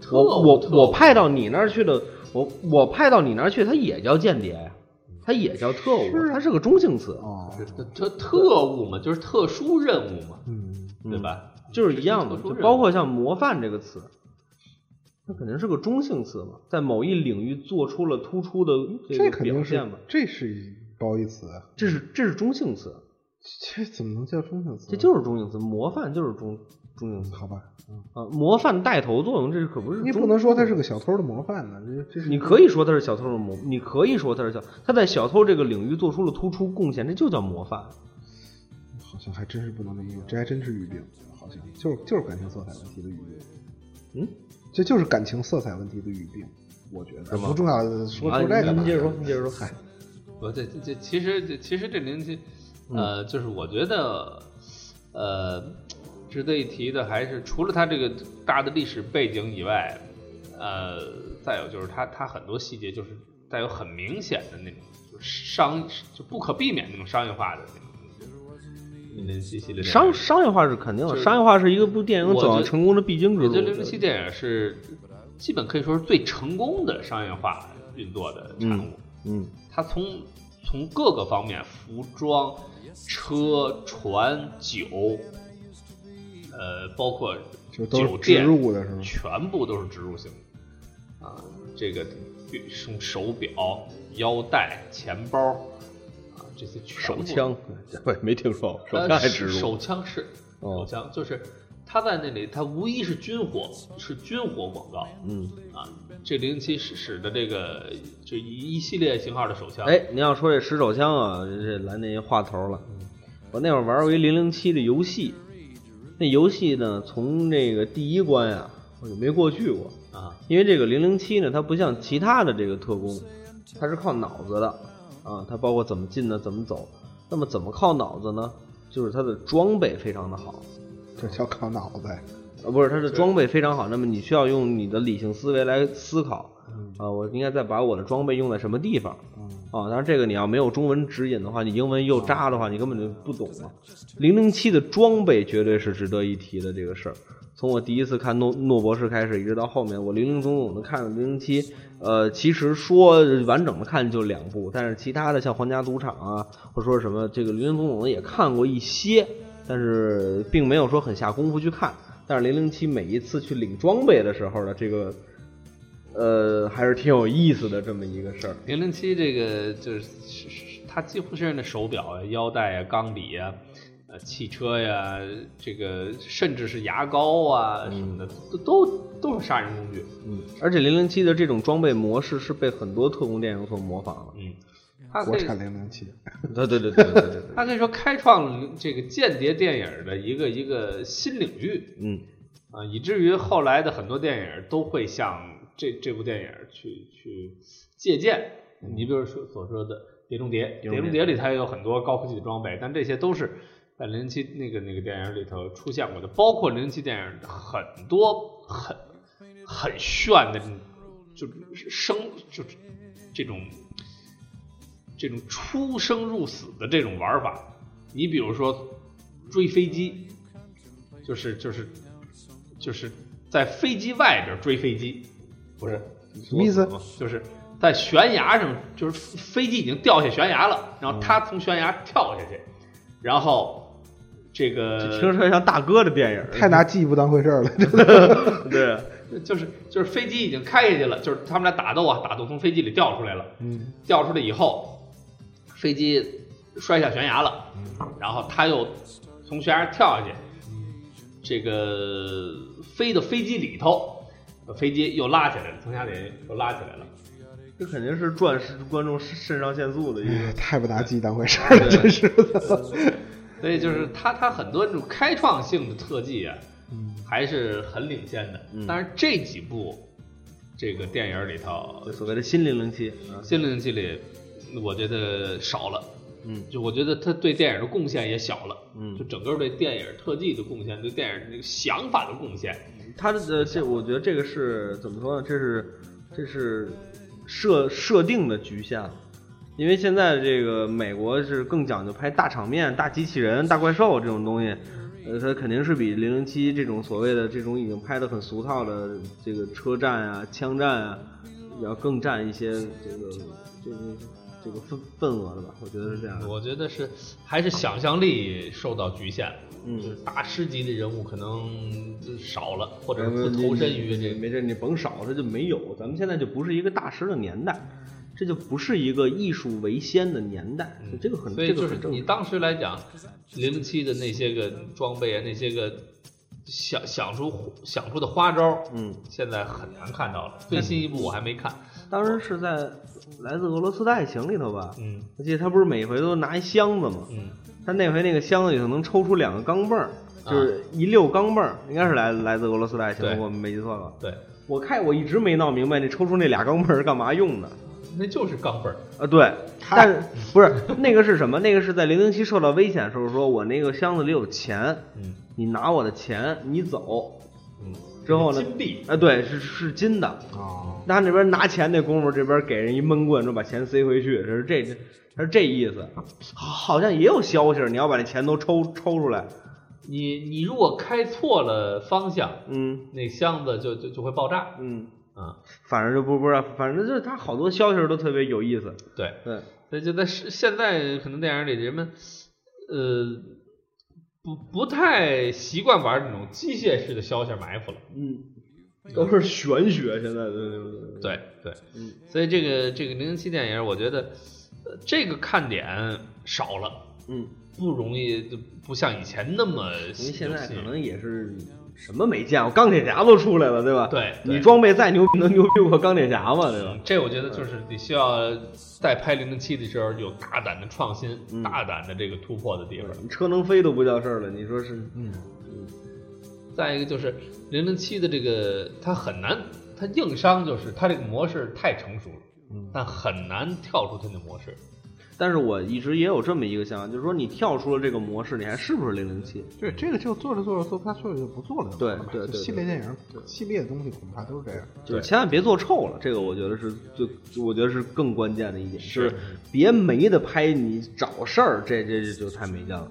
特
我
务
我
特务
我派到你那儿去的，我我派到你那儿去，它也叫间谍呀，
嗯
它也叫特务，
啊
它是个中性词，
哦，
特特务嘛，就是特殊任务嘛，
嗯，
对吧？
就是一样的，
特殊
就
任务
包括像“模范”这个词，它肯定是个中性词嘛，在某一领域做出了突出的
这
个
肯
表
定是
现嘛，，嗯
这是一褒义词，
这是这是中性词，
啊这怎么能叫中性词？嗯
这就是中性词，模范就是中中性词
好吧？
啊，模范带头作用，这可不是
你
中
不能说他是个小偷的模范呢，这这是
你可以说他是小偷的模，你可以说他是小，他在小偷这个领域做出了突出贡献，这就叫模范。
好像还真是不能理解，这还真是语病，好像就是就是感情色彩问题的语病。
嗯，
这就是感情色彩问题的语病，我觉得
吗
不重要，说
啊，
说这个
您
吧。
接 着说，您接着说，嗨，
我呃这这这其实这其实这零七，
嗯
呃，就是我觉得，呃，值得一提的还是除了它这个大的历史背景以外，呃，再有就是它它很多细节就是带有很明显的那种就是商就不可避免那种商业化的那种零零七系列电影
嗯商商业化是肯定的，
就是
商业化是一个部电影
我
走
觉
向
得
成功的必经之
我
路。
觉得零零七电影是基本可以说是最成功的商业化运作的产物。
嗯
它从从各个方面，服装、车、船、酒，呃，包括
就都是
酒
植
店，
入的是吗？
全部都是植入型的啊。这个比什么手表、腰带、钱包啊，这些全
手
部
枪，不没听说过，手
呃
枪还植
是
入，
手枪是
哦
手枪，就是他在那里，他无疑是军火，是军火广告
嗯，
啊。这零零七使使的这个这一一系列型号的手枪，
哎，您要说这石手枪啊，这来那话头了。我那会儿玩过一零零七的游戏，那游戏呢，从这个第一关呀、我就没过去过，
啊，
因为这个零零七呢，它不像其他的这个特工，它是靠脑子的啊，它包括怎么进呢，怎么走。那么怎么靠脑子呢？就是它的装备非常的好，
这叫靠脑子呀。
啊，不是，它的装备非常好。那么你需要用你的理性思维来思考，啊，我应该再把我的装备用在什么地方？啊，当然这个你要没有中文指引的话，你英文又渣的话，你根本就不懂嘛。零零七的装备绝对是值得一提的这个事儿。从我第一次看诺诺博士开始，一直到后面我零零总总的看了零零七，呃，其实说完整的看就两部，但是其他的像《皇家赌场》啊，或者说什么这个零零总总的也看过一些，但是并没有说很下功夫去看。但是零零七每一次去领装备的时候呢，这个呃还是挺有意思的这么一个事儿。
零零七这个就是是是它几乎是那手表啊、腰带啊、钢笔啊、呃汽车呀、这个甚至是牙膏啊什么的，都都都是杀人工具。
嗯，而且零零七的这种装备模式是被很多特工电影所模仿了。
嗯，它
国
可以
产零零七，
对对对对对对对。
它可以说开创了这个间谍电影的一个一个新领域
嗯，
啊，以至于后来的很多电影都会向这这部电影去去借鉴。你比如说所说的《碟中谍》，《
嗯碟
碟
中谍
中谍》里它也有很多高科技的装备，但这些都是在零零七那个那个电影里头出现过的，包括零零七电影很多很很炫的，就是生就是这种这种出生入死的这种玩法。你比如说追飞机，就是就是就是在飞机外边追飞机，不是
什么意思？
就是在悬崖上，就是飞机已经掉下悬崖了，然后他从悬崖跳下去，然后这
这
个
听着像大哥的电影。
太拿记忆不当回事儿了，真 的。
对，
就是就是飞机已经开下去了，就是他们俩打斗啊，打斗从飞机里掉出来了，嗯，掉出来以后，飞机摔下悬崖了，然后他又从悬崖上跳下去，这个飞到飞机里头，飞机又拉起来了，从下底又拉起来了，
这肯定是赚是观众肾上腺素的一个。
太不拿记忆当回事儿 了，真是的。
所以就是他他很多这种开创性的特技啊，还是很领先的。但是这几部这个电影里头，
就所谓的新零零七啊，
新零零七里，我觉得少了。
嗯，
就我觉得他对电影的贡献也小了。
嗯
就整个对电影特技的贡献，对电影那个想法的贡献，
他的呃这我觉得这个是怎么说呢？这是这是设设定的局限了，因为现在这个美国是更讲究拍大场面、大机器人、大怪兽这种东西。呃，它肯定是比零零七这种所谓的这种已经拍的很俗套的这个车战啊、枪战啊，要更占一些这个这个这个份份额的吧？我觉得是这样的。
我觉得是还是想象力受到局限了。
嗯
就是大师级的人物可能少了，或者
没
是不投身于这
没事，你甭少，它就没有。咱们现在就不是一个大师的年代，这就不是一个艺术为先的年代，这个很
嗯所
这
以
个
就是
很
你
正常。
当时来讲，零零七的那些个装备啊，那些个想想出想出的花招，
嗯，
现在很难看到了。最新一部我还没看，
当时是在《来自俄罗斯的爱情》里头吧？
嗯
我记得他不是每回都拿一箱子吗？
嗯，
他那回那个箱子里头能抽出两个钢镚儿，就是一溜钢镚儿，应该是来来自俄罗斯的爱情，
啊对
我没记错吧？
对，
我看我一直没闹明白，那抽出那俩钢镚儿是干嘛用的？
那就是钢镚儿，
啊，对，但是不是那个是什么？那个是在零零七受到危险的时候，说我那个箱子里有钱，
嗯
你拿我的钱，你走。
嗯，
之后呢？
金币，
啊，对，是是金的。
哦，
他那边拿钱那功夫，这边给人一闷棍，就把钱塞回去，是这，他是这意思。好像也有消息，你要把那钱都抽抽出来。
你你如果开错了方向，
嗯
那箱子就就就会爆炸
嗯，
啊、
反正就不不知道，反正就是他好多消息都特别有意思。
对，
对，
所以就在是现在可能电影里人们，呃，不不太习惯玩这种机械式的消遣埋伏了。
嗯，都是玄学，现在的
对对，
嗯，
所以这个这个零零七电影，我觉得、呃这个看点少了，
嗯。
不容易，就不像以前那么
因为
吸引
现
人。
在可能也是什么没见过，钢铁侠都出来了，对吧？
对对
你装备再牛， 能牛逼过钢铁侠吗？对吧？
这我觉得就是你需要在拍零零七的时候有大胆的创新，大胆的这个突破的地方。
你车能飞都不叫事儿了，你说是？嗯，
再一个就是零零七的这个，它很难，它硬伤就是它这个模式太成熟了，但很难跳出它的模式。
但是我一直也有这么一个想法，就是说你跳出了这个模式，你还是不是零零七？
对，这个就做着做着做，他说就不做了。
对对对
就
对
系列电影、系列的东西恐怕都是这样。
就
对
是千万别做臭了，这个我觉得是最，就我觉得是更关键的一点，
是
就是别没的拍你找事儿，这这这就太没劲了，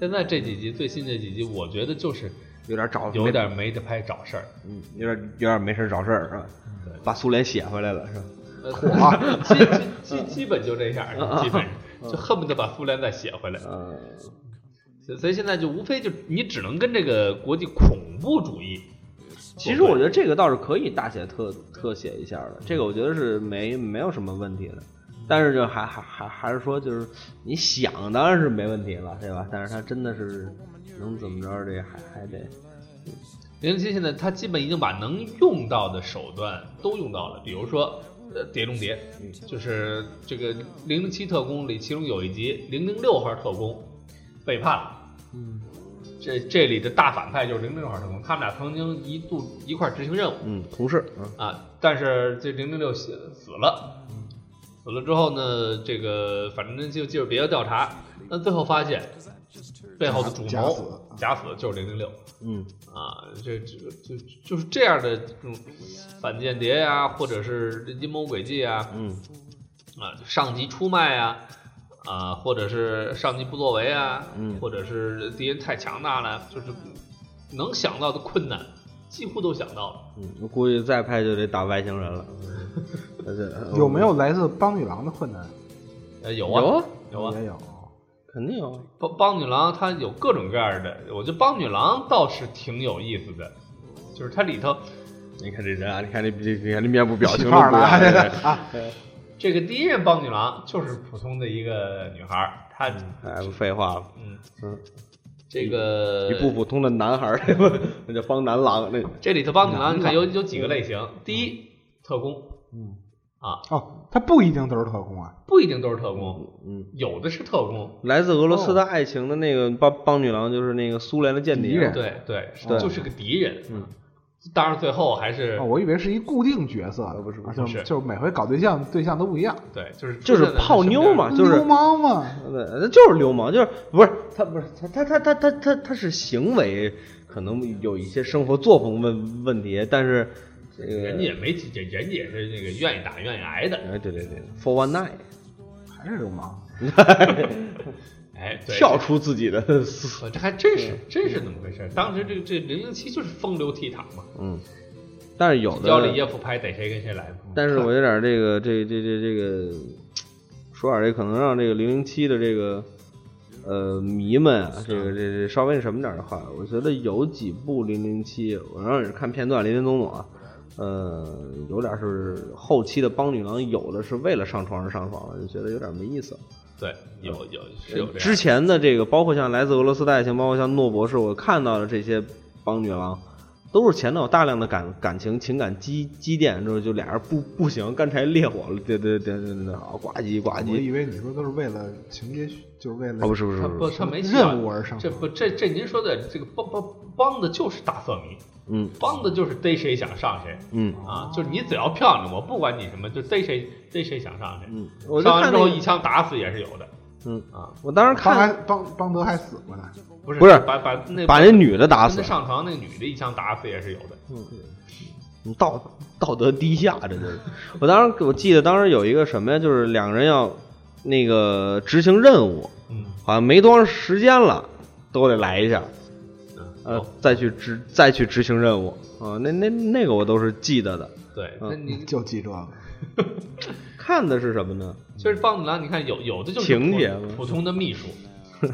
现在这几集最新这几集，我觉得就是
有点找
有点没得拍找事儿。
嗯，有点有点没事儿找事儿是吧？把苏联写回来了是吧？
呃， 基基基基本就这样，基本就恨不得把苏联再写回来。
呃，
所以所以现在就无非就你只能跟这个国际恐恐怖主义。
其实我觉得这个倒是可以大写特特写一下的，这个我觉得是没没有什么问题的。但是就还还还还是说，就是你想当然是没问题了，对吧？但是他真的是能怎么着，这还还得
零零七现在它基本已经把能用到的手段都用到了，比如说。呃，碟中谍，就是这个零零七特工里，其中有一集零零六号特工背叛了，嗯，这这里的大反派就是零零六号特工，他们俩曾经一度一块儿执行任务，
嗯，同事嗯
啊，但是这零零六死死了，死了之后呢，这个反正就就是别的调查，那最后发现背后的主
假死
谋假死就是零零六
嗯，
啊，这这个就就是这样的这种反间谍呀、或者是阴谋诡计啊，
嗯
啊，上级出卖啊。啊，或者是上级不作为啊，
嗯
或者是敌人太强大了，就是能想到的困难几乎都想到了。
嗯，我估计再拍就得打外星人 了。而 且
有没有来自邦女郎的困难？
呃，有啊，
有啊？
有啊，
也有。
肯定有啊。
帮帮女郎它有各种各样的，我觉得帮女郎倒是挺有意思的，就是它里头
你看这人啊，你看这这你看这面部表情
起
都
泡
不一
了啊
样
这个
对
啊！
这个第一任帮女郎就是普通的一个女孩儿，她
哎，不废话了，
嗯
嗯
这个
一不普通的男孩儿， 对吧？那叫帮男郎，那
这里头帮女郎你看有有几个类
嗯
型，第一特工，
嗯
啊
哦，他不一定都是特工啊，
不一定都是特工，
嗯，
有的是特工，
来自俄罗斯的
哦
爱情的那个帮帮女郎，就是那个苏联的间
敌
谍啊
人。
对对，
对
就是个敌人，
嗯，
当然最后还是
哦，我以为是一固定角色啊
呃，不是不
就是就是每回搞对象，对象都不一样，
对，就是
就是
出现在
泡
身边
妞嘛就是
流
嗯
氓嘛，
对，那就是流氓，就是不是他不是他他他他他他他是行为可能有一些生活作风问问题，但是这个
人家也没几，人家也是那个愿意打愿意挨的，
哎对对对，for one night
还是流氓。啊
哎，对
跳出嗯自己的 思
呃，这还真是真是那么回事儿。当时这个这零零七就是风流倜傥嘛，
嗯，但是有
交里
的，
耶夫拍逮谁跟谁来嘛。
但是我有点这个这这这这个说点这可能让这个零零七的这个呃迷们啊，这个这这稍微那什么点儿的话，我觉得有几部零零七，我让你看片段林林总总啊。呃，有点是后期的帮女郎，有的是为了上床而上床了，就觉得有点没意思了。
对，有有是有这样的
之前的这个，包括像来自俄罗斯的爱情，包括像诺博士，我看到的这些帮女郎，都是前头有大量的感感情情感积积淀之后，就俩人不不行，干柴烈火了，对对对对对，啊，呱唧呱
我
唧，
以为你说都是为了情节，就是为了
啊不是不是
他
不
不
是，
他没
任
想
务而上
这不这这您说的这个帮帮帮的就是大色迷，
嗯
帮的就是逮谁想上谁
嗯
啊，就是你只要漂亮，我不管你什么，就逮谁逮谁想上谁。
嗯，我就
上完
看
之
那
后
个
一枪打死也是有的，
嗯
啊，
我当时
邦还
看
邦邦德还死过呢，
不是
不是
把把那
把那女的打
跟
死
他，上床那女的一枪打死也是有的。
你道道德低下，这就是。我当时我记得当时有一个什么呀，就是两个人要那个执行任务，
嗯，
好像没多长时间了，都得来一下，
嗯
呃
有，
再去执再去执行任务啊、那那那个我都是记得的。
对，
嗯
那你
就记这个。
看的是什么呢？
就是棒子郎，你看有有的就是
情
普
节嘛
普通的秘书，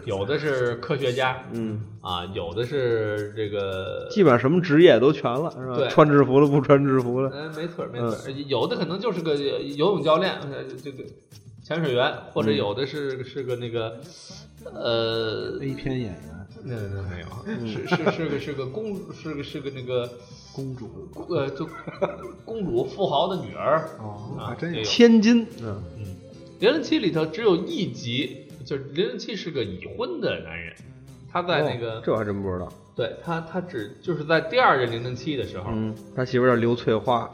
有的是科学家
嗯，
啊，有的是这个，
基本上什么职业都全了，是吧？
对
穿制服了，不穿制服了，
嗯，没错儿没错儿，有的可能就是个游泳教练，呃这个潜水员，或者
嗯
有的是是个那个，呃，
A 片演员
那那没有，啊
嗯
是是是个是个公是个是个那个
公主
呃， 就公主富豪的女儿
哦，
啊
还，真有
也有
千金，嗯，
零零七里头只有一集，就是零零七是个已婚的男人，他在那个、
哦这我还真不知道。
对他，他只就是在第二任零零七的时候，
嗯，他媳妇儿叫刘翠花，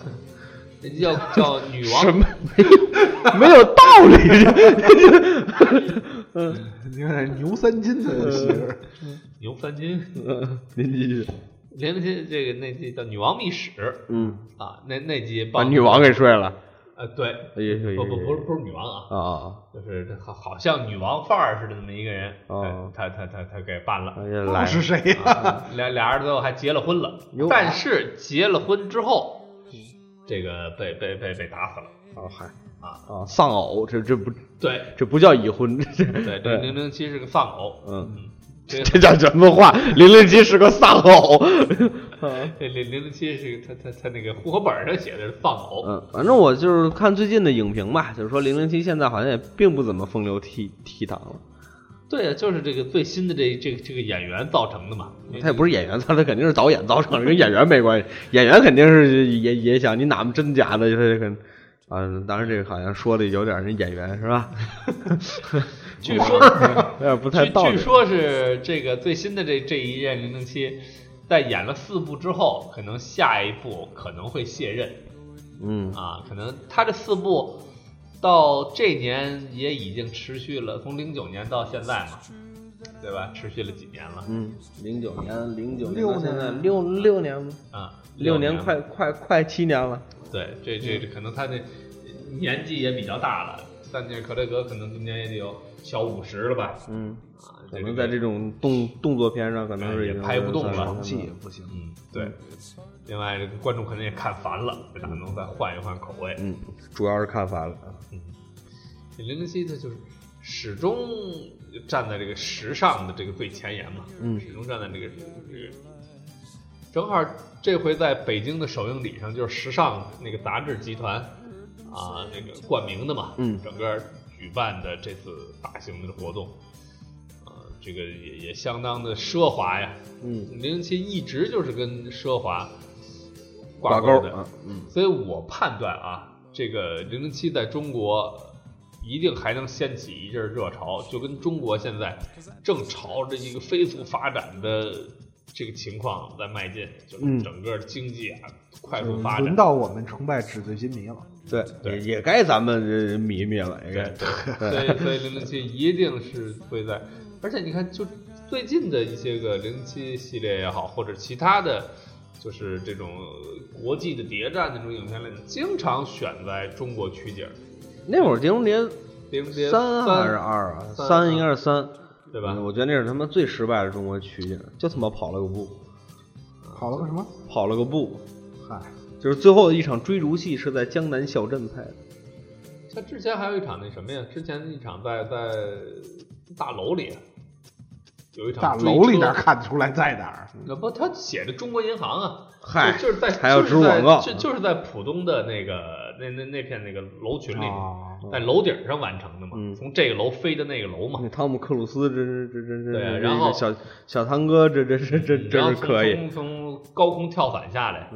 叫叫女王
什么没有道理，
你看牛三金的媳妇儿，
牛三金，
嗯 您继续，
零零七这个那集叫女王秘史
嗯，
啊，那那集
把
帮
女王给睡了，
呃对，
哎呦
不不不是
是
不是女王啊，
啊啊
就是这好好像女王范儿似的那么一个人，哎
哦
他他他他给办了啊
啊，，哎呀
我
来，
是谁 呀？
俩俩人最后还结了婚了
哟，嗯
但是结了婚之后，这个被被被被打死了。
哦嗨
啊
啊丧偶，这这不
对
这不叫已婚，这
对，这
对
零零七是个丧偶，
嗯，
这叫什么话？零零七是个丧偶。
这零零零七是他他他那个户口本上写的是丧偶，
嗯，反正我就是看最近的影评吧，就是说零零七现在好像也并不怎么风流倜倜傥了。
对呀、就是这个最新的这这个这个演员造成的嘛。
他也不是演员，他他肯定是导演造成的，跟演员没关系。 演员肯定是也也想你哪么真假的，他就肯啊。当然这个好像说的有点儿那演员是吧？
据说
有点不太
据
道理。
据说是这个最新的这这一任零零七，在演了四部之后，可能下一部可能会卸任
嗯，
啊，可能他这四部到这年也已经持续了，从零九年到现在嘛，对吧？持续了几年了？
嗯，零九年，零九
六
年，现在
年
六六年吗？
啊，
六
年
年快快快七年了。
对，这这这
嗯
可能他这年纪也比较大了，但是克雷格可能今年也得有小五十了吧？
嗯，
啊
可能在这种动动作片上，可能是已
哎也
经
拍不动了
嗯
戏也不行。
嗯，对。另外，这个观众可能也看烦了，哪能再换一换口味？
嗯，主要是看烦了。
零零七它就是始终站在这个时尚的这个最前沿嘛，
嗯
始终站在这个这个。正好这回在北京的首映礼上，就是时尚那个杂志集团啊，那个冠名的嘛，
嗯
整个举办的这次大型的活动，啊，这个也也相当的奢华呀。
嗯，
零零七一直就是跟奢华
挂
挂
钩
的，
啊，嗯，
所以我判断啊，这个零零七在中国一定还能掀起一阵热潮，就跟中国现在正朝着一个飞速发展的这个情况在迈进，就是
嗯
整个经济啊、快速发展
嗯轮。到我们崇拜纸醉金迷了。
对，
对
也也该咱们呃迷迷了，也
对
该。
对，所以所以零零七一定是会在，而且你看，就最近的一些个零零七系列也好，或者其他的，就是这种呃国际的谍战那种影片类的，经常选在中国取景儿。
那会儿《碟中谍》
零零七
三还是二啊？
三
三应该是三，
对吧
嗯我觉得那是他妈最失败的中国取景，就他妈跑了个步，
好了个什么？啊
跑了个步。
嗯嗨，
就是最后一场追逐戏是在江南小镇拍的，
他之前还有一场那什么呀？之前一场在在大楼里啊有一场
大
追
楼里
车
哪看得出来在哪儿？
那不他写着中国银行啊，
嗨
就就是在
还要植入广告
就是在就就是在浦东的那个那那那片那个楼群里，
哦
在楼顶上完成的嘛，
啊嗯
从这个楼飞到那个楼嘛
那。汤姆克鲁斯这这这这
对啊
这
然
这
后嗯
个小小堂哥这这这这
然
这
后
是
从
可以，嗯
从从高空跳伞下来，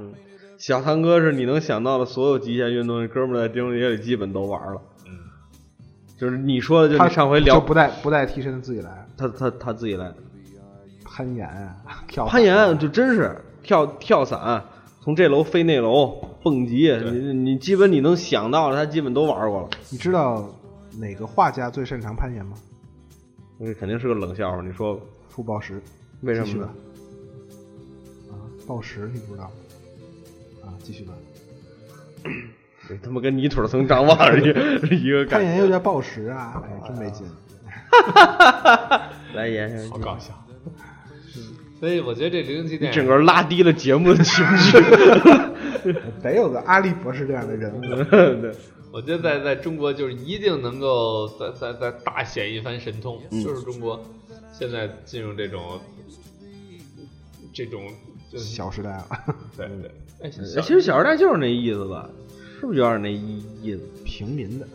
小堂哥是你能想到的所有极限运动，这哥们儿在《碟中谍》里基本都玩了。
嗯，
就是你说的，就
他
你上回聊
就不带不带替身自己来
他他他自己来
攀岩啊，跳伞
攀岩，就真是跳跳伞，从这楼飞那楼，蹦极，你你基本你能想到的，他基本都玩过了。
你知道哪个画家最擅长攀岩吗？
那肯定是个冷笑话，你说吧
傅抱石。
为什
继续
么
吧
呢？。
啊，抱石你不知道吗？啊，继续吧。
这他妈跟泥腿层张望是 一是一个
攀
感
岩
觉。
又叫抱石啊，哎，真没劲。
来，言上
好搞笑。 所以我觉得这零零七
嗯你
电影
整个拉低了节目的情 绪。
得有个阿笠博士这样的人物。
对，
我觉得在在中国就是一定能够在在在大显一番神通，
嗯
就是中国现在进入这种这种就是
小时代啊了，
对
嗯
对，哎，小
其实《小时代》就是那意思吧，是不是有点那意意思？
平民的，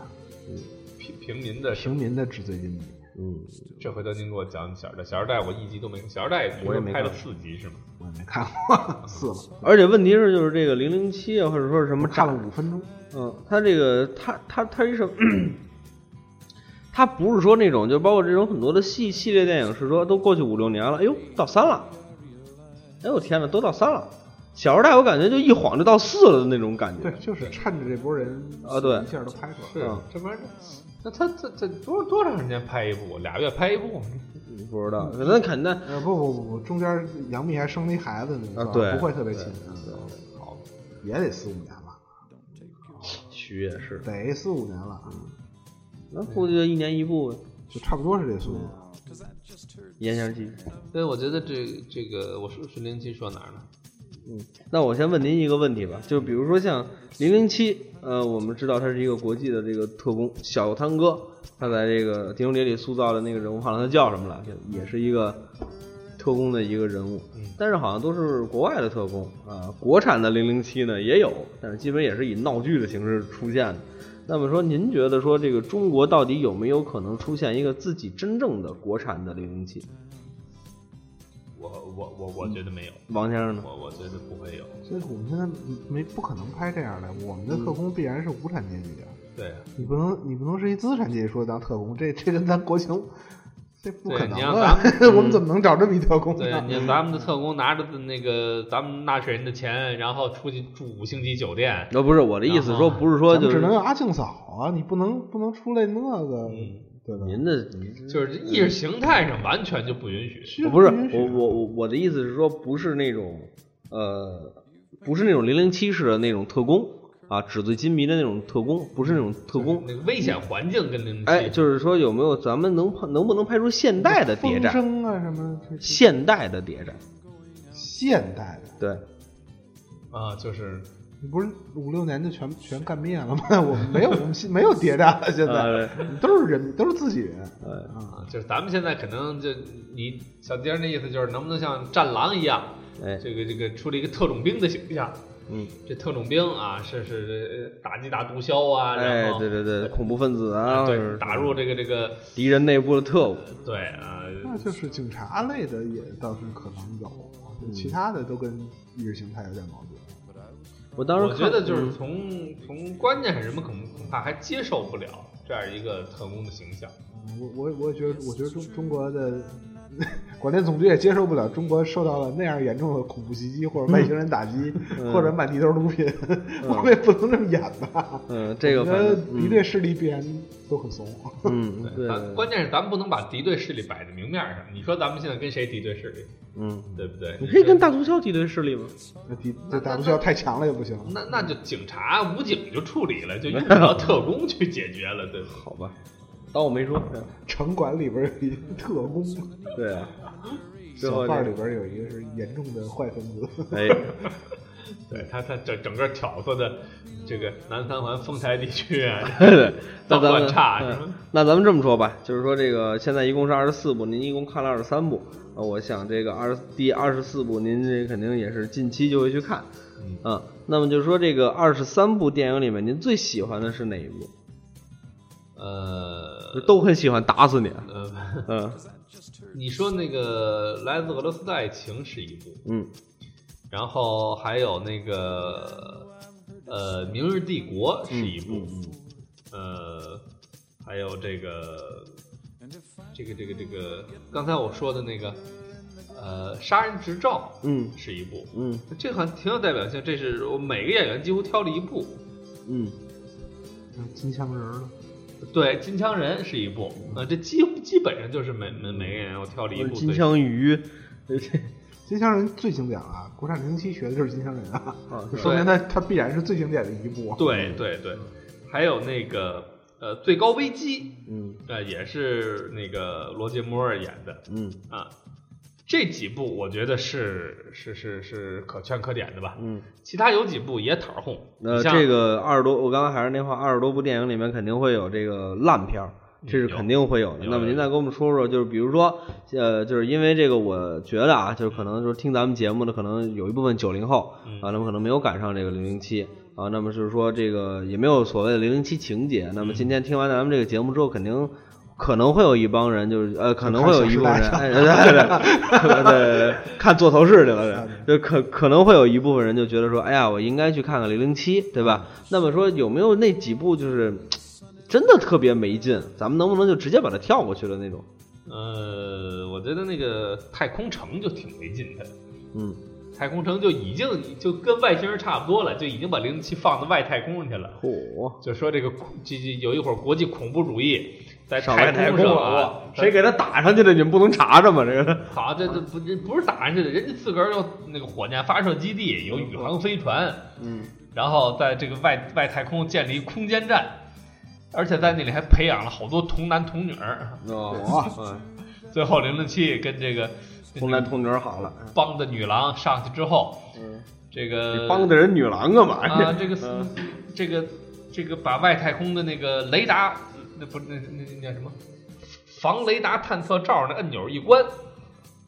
平平民的生
平民的纸醉金迷。
嗯，
这回头您给我讲讲小时代，小时代我一集都没，小时代
我也没
拍了
看嗯
四集是吗？
我也没看过，四了，
而且问题是，就是这个零零七啊，或者说是什么
看了五分钟。
嗯，他这个他他他是什 么？他不是说那种，就包括这种很多的系系列电影，是说都过去五六年了，哎呦，到三了，哎呦我天呐，都到三了。小时代我感觉就一晃就到四了的那种感觉
对，，就是趁着这波人
啊对
一下都拍出来了。
是
嗯
这玩意儿，那他他他多多长时间拍一部？俩月拍一部吗？
不知道，那肯定
呃，不不不不，中间杨幂还生了一孩子呢，
啊
是吧
对
不会特别勤，嗯好，也得四五年了，
许也是，嗯
得四五年了，
那估计就一年一部呗。
就差不多是这速
嗯
度。
言下之意，
所以我觉得这这个我是是零七说哪儿呢？
那我先问您一个问题吧，就比如说像零零七，呃，我们知道他是一个国际的这个特工小汤哥，他在这个《碟中谍》里塑造的那个人物，忘了他叫什么了，也是一个特工的一个人物
嗯，
但是好像都是国外的特工啊，国产的零零七呢也有，但是基本也是以闹剧的形式出现的。那么说，您觉得说这个中国到底有没有可能出现一个自己真正的国产的零零七？
我我我我觉得没有，
王先生呢？
我我觉得不会有。
所以我们现在没不可能拍这样的，我
嗯
们的特工必然是无产阶级啊，
对，
你不能你不能是一资产阶级说当特工，这这跟咱国情这不可
对
能
你让
啊！
咱们嗯
我们怎么能找这么一特 工
对，
呢？
你
嗯
咱们的特工拿着那个咱们纳税人的钱，然后出去住五星级酒店，
呃那、不是我的意思，说不是说
咱
就
们只
是
能有阿庆嫂啊，你不能不能出来那个，
嗯
对吧？
您的，您
就是意识形态上完全就不允许。
是
不是
允许
我我我我的意思是说，不是那种呃，不是那种零零七式的那种特工啊，纸醉金迷的那种特工，不是那种特工。
那个危险环境跟零零
哎，
七，
就是说有没有咱们能拍能不能拍出现代的谍
风
战？
声啊什么这这
现代的谍战，
现代的，
呃
对，
啊，就是
你不是五六年就全全干灭了吗？ 我们没有我们现没有谍战了，现在
呃
都是人都是自己人，
啊，就是咱们现在可能就你小丁儿那意思就是能不能像战狼一样，
哎，
这个这个出了一个特种兵的形象。
嗯，
这特种兵啊，是是呃打击打毒枭啊，
哎
然，后
对对对，恐怖分子啊，
啊
或
对
者是
打入这个这个
敌人内部的特务，
对啊，呃
那就是警察类的也倒是可能有，其他的都跟意识形态有点矛盾。
我当时
我觉
看嗯
得就是从从观念上，人们恐恐怕还接受不了这样一个特工的形象。
嗯我我我也觉得，我觉得中中国的 广电总局也接受不了中国受到了那样严重的恐怖袭击，或者外星人打击，
嗯
或者满地都是毒品， 我们也不能这么演吧？
嗯，这个
我觉
嗯反正
得敌对势力必然都很怂。
嗯，嗯对，
咱关键是咱们不能把敌对势力摆在明面上。你说咱们现在跟谁敌对势力，
嗯，
对不对？
你可以跟大毒枭敌对势力吗？
那敌这打不需要太强了也不行。
那那就警察、武警就处理了，就用不着特工去解决了，对吧？
好吧，当我没说。对啊
城管里边有一特工，
对啊，最
小
后
贩
这
里边有一个是严重的坏分子。
哎，
对他，他整整个挑唆的这个南三环丰台地区啊，
那
脏
咱们
乱差
嗯
是吧？
那咱们这么说吧，就是说这个现在一共是二十四部，您一共看了二十三部，呃我想这个二第二十四部您这肯定也是近期就会去看，嗯，那么就是说这个二十三部电影里面，您最喜欢的是哪一部？
呃
就都很喜欢，打死你啊，
呃，
嗯
你说那个《来自俄罗斯的爱情》是一部，
嗯
然后还有那个呃《明日帝国》是一部，
嗯
呃，还有这个这个这个这个刚才我说的那个呃《杀人执照》
嗯
是一部，
嗯
这好像挺有代表性，这是我每个演员几乎挑了一部。
嗯，
金枪人了，
对，《金枪人》是一部，呃，这基基本上就是每每每个演员我挑了一部。
呃金
对
枪鱼， 对
金枪人最经典了啊！国产零七学的就是金枪人啊，
啊
就说明他他必然是最经典的一部。啊
嗯
对对对，还有那个呃《最高危机》，
嗯
呃，也是那个罗杰摩尔演的
嗯
啊。这几部我觉得是是是是可圈可点的吧，
嗯。
其他有几部也讨儿哄。
呃，
你像
这个二十多，我刚才还是那话，二十多部电影里面肯定会有这个烂片儿，这是肯定会有的。
嗯有
那么
有
您再给我们说说，就是比如说，呃，就是因为这个，我觉得啊，就是可能就是听咱们节目的，可能有一部分九零后
嗯
啊，那么可能没有赶上这个零零七啊，那么就是说这个也没有所谓的零零七情节。
嗯
那么今天听完咱们这个节目之后，肯定。可能会有一帮人，就是呃，可能会有一部分人，哎，对对对对对， 看座头市去了，是就可可能会有一部分人就觉得说，哎呀，我应该去看看零零七，对吧？那么说有没有那几部就是真的特别没劲，咱们能不能就直接把它跳过去的那种？
呃，我觉得那个《太空城》就挺没劲的，
嗯，
《太空城》就已经就跟外星人差不多了，就已经把零零七放到外太空去了。
嚯、
就说这个恐这这有一会儿国际恐怖主义在
上外太
空
空
上
了
啊，，
谁给他打上去的？你们不能查查吗？这个，
好，这这不这不是打上去的，人家自个儿有那个火箭发射基地，有宇航飞船，
嗯，
然后在这个外外太空建立空间站，而且在那里还培养了好多童男童女儿。
哦，
最后零零七跟这个
童男童女儿好了，
帮的女郎上去之后，
嗯，
这个
你帮的人女郎干嘛
啊，
呀？
这个是、
嗯
这个这个把外太空的那个雷达，那不那那那叫什么？防雷达探测罩那按钮一关，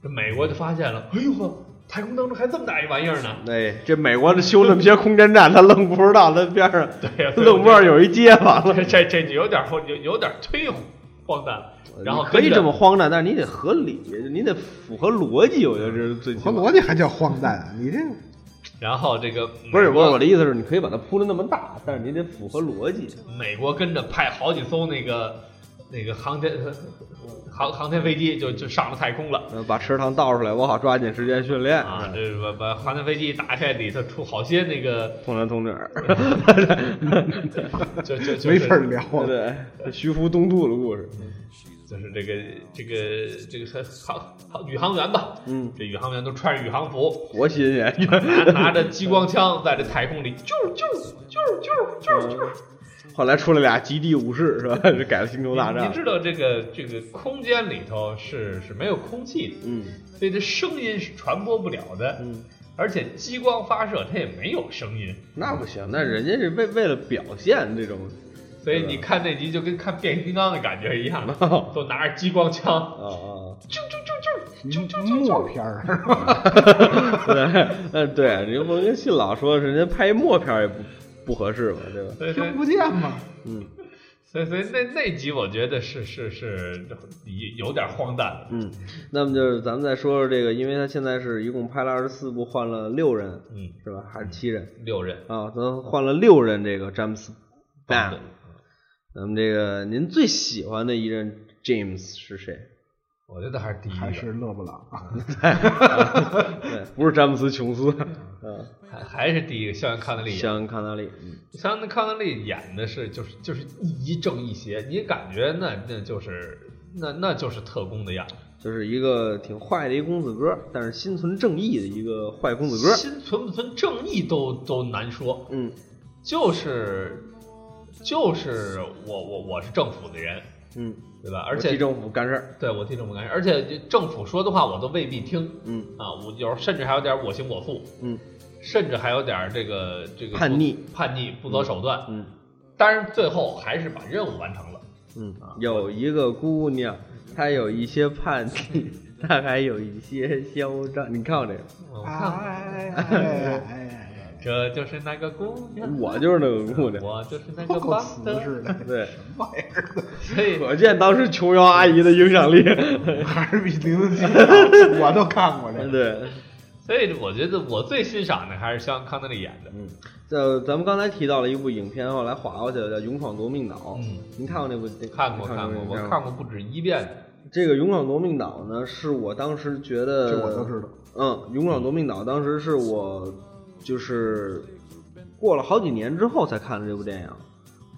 这美国就发现了，哎呦呵，太空当中还这么大一玩意儿呢。
哎，这美国这修那么些空间站，他愣不知道他边上
对啊呀、
愣不知道有一街坊了。
这 这这就有点儿有有点儿忒荒诞了。然后
呃你可以
跟着
这么荒诞，但是你得合理，你得符合逻辑。我觉得这是最起
合
码
逻辑还叫荒诞啊？你这
然后这个美国
不是我我的意思是，你可以把它铺的那么大，但是你得符合逻辑。
美国跟着派好几艘那个那个航天航航天飞机就就上了太空了。
呃，把池塘倒出来，我好抓紧时间训练。
啊，这把把航天飞机打开，里头出好些那个，
童男童 女儿，
就就就
没法
是
聊啊。
对，徐福东渡的故事。
就是这个这个这个航航宇航员吧，
嗯，
这宇航员都穿着宇航服，
活新鲜，
拿拿着激光枪在这太空里啾啾啾啾啾啾。
后来出了俩极地武士是吧？这改了星球大
你
战
你。知道这个这个空间里头是是没有空气的，
嗯
所以这声音是传播不了的，
嗯，
而且激光发射它也没有声音，
那不行，那人家是为为了表现这种
所以你看那集就跟看变形金刚的感觉一样，
哦
都拿着激光枪，
啊啊，
啾啾啾啾啾啾啾
嗯默
啾，
片儿，
对，嗯对，你又不能跟信老说人家拍默片儿也不不合适吧，对吧？
所以所以
听不见嘛？
所以所以那那集我觉得是是是有有点荒诞了，
嗯，那么就是咱们再说说这个，因为他现在是一共拍了二十四部，换了六人，
嗯，
是吧？还是七人
六人，
啊？咱换了六人，这个詹姆斯·
棒的
Bond。咱们这个您最喜欢的一任 James 是谁？
我觉得还是第一
还
个，
是勒布朗？啊
对， 不是詹姆斯·琼斯， 嗯，
还还是第一个，肖恩康纳利演的
肖恩·康纳利，嗯
像那康纳利演的是就是就是一正一邪，你感觉那那就是那那就是特工的样子，
就是一个挺坏的一公子哥，但是心存正义的一个坏公子哥。
心存不存正义都都难说，
嗯
就是就是我我我是政府的人，
嗯，
对吧？而
我替
且
政府干事儿。
对我替政府干事，而且政府说的话我都未必听
嗯
啊，我有时候甚至还有点我行我素，
嗯
甚至还有点这个这个不
叛逆
叛逆不择手段，
嗯
当然最后还是把任务完成了。
嗯，有一个姑娘，她有一些叛逆，她还有一些嚣张。你看我这个，
我
哎
看
哎哎哎哎，
这就是那个姑娘。啊
我就是那个姑娘。
我就是那
都
个
够
巴
瓷
德，
实的，
对，
所以
可见当时琼瑶阿姨的影响力。
还是比零零七好，我都看过这 个。
对，
所以我觉得我最欣赏的还是肖恩康纳利演的，
这咱们刚才提到了一部影片，后来划过去了，叫《勇闯夺命岛》。
嗯，
您看过那部？
看过
看
看过，
过，
我
看
看过不止一遍。
这个《勇闯夺命岛》呢，是我当时觉得，
这我都知道。
嗯，《勇闯夺命岛》当时是我就是过了好几年之后才看的这部电影，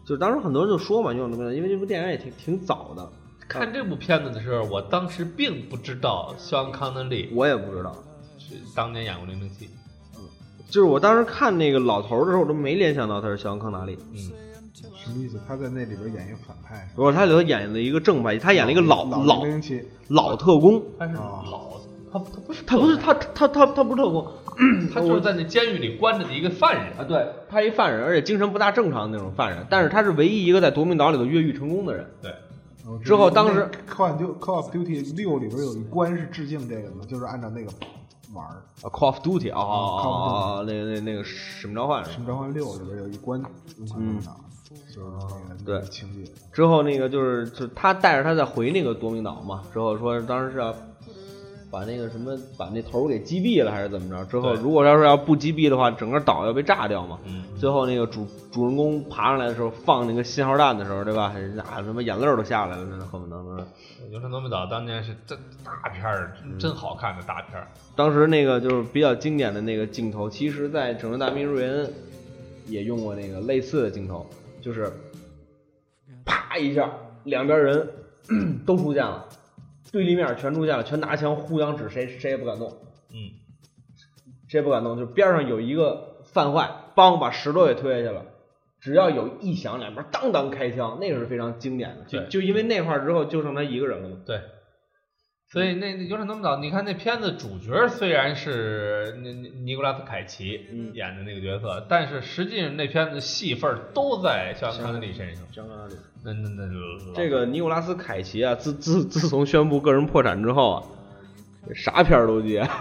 就是当时很多人就说嘛，《勇闯夺命岛》，因为这部电影也挺挺早的，
看这部片子的时候，我当时并不知道肖恩康纳利
我也不知道。
是当年演过《零零七》。
就是我当时看那个老头儿的时候，我都没联想到他是肖恩康纳利。
嗯，
什么意思？他在那里边演一个反派，
不是，他里头演了一个正派，他演了一个老老
零零七，
老特工，
他是
哦
老，他他不是
他不是他他他他不是特工
他就是在那监狱里关着的一个犯人。
啊，对，他一犯人，而且精神不大正常的那种犯人，但是他是唯一一个在夺命岛里头越狱成功的人。
对，
哦
之后当时
《Call of Duty- Call of Duty 六》里边有一关是致敬这个的，就是按照那个玩儿。
啊，Call of Duty 啊啊啊
Call of
啊啊，那那那个使命召唤
《
是
使
吧
命召唤六》里边有一关，嗯，就是那个那
对
个情节，
之后那个就是就是他带着他再回那个夺命岛嘛，之后说当时是要把那个什么把那头儿给击毙了还是怎么着？之后
对
如果要是要不击毙的话，整个岛要被炸掉嘛。
嗯
最后那个主主人公爬上来的时候放那个信号弹的时候，对吧？人家啊什么眼泪儿都下来了，那恨不得是。
《勇闯夺命岛》当年是真大片儿，真好看的大片儿。
当时那个就是比较经典的那个镜头，其实在《拯救大兵瑞恩》也用过那个类似的镜头，就是啪一下，两边人 都出现了，对立面全出现了，全拿枪互相指，谁谁也不敢动，
嗯，
谁也不敢动，就边上有一个犯坏，帮把石头也推下去了。只要有一响，两边当当开枪，那个是非常经典的。就
对
就因为那块儿之后，就剩他一个人了嘛。
对，所以那《那有闯那么早》，你看那片子主角虽然是尼尼尼古拉斯凯奇
嗯
演的那个角色，但是实际上那片子戏份儿都在肖恩康纳利身上。
相当于
那那那
这个尼古拉斯凯奇啊，自自自从宣布个人破产之后啊，啥片儿都接，
啊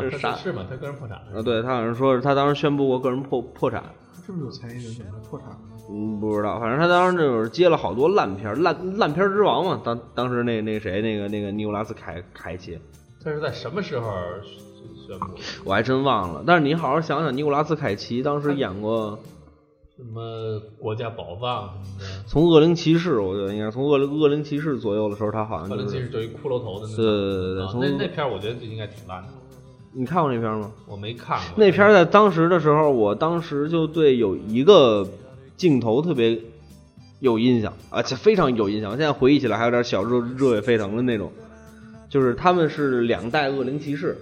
这，啥
他？是啊吗？他个人破产了，
呃，对他好像说是他当时宣布过个人破破产，
这么有才艺人怎么还破产了？
嗯，不知道，反正他当时就是接了好多烂片儿，烂烂片儿之王嘛。当当时那那谁那个那个尼古拉斯凯凯奇，
他是在什么时候宣布的？
我还真忘了。但是你好好想想，尼古拉斯凯奇当时演过
什么国家宝藏什么的？
从《恶灵骑士》，我觉得应该是从《恶灵恶灵骑士》左右的时候，他好像
可
就
能其
是
实就一骷髅头的那种
对对对对，
啊
从
那那片儿我觉得就应该挺烂的，
你看过那片儿吗？
我没看过
那片儿在当时的时候，我当时就对有一个镜头特别有印象，而且非常有印象。现在回忆起来还有点小热热血沸腾的那种，就是他们是两代恶灵骑士，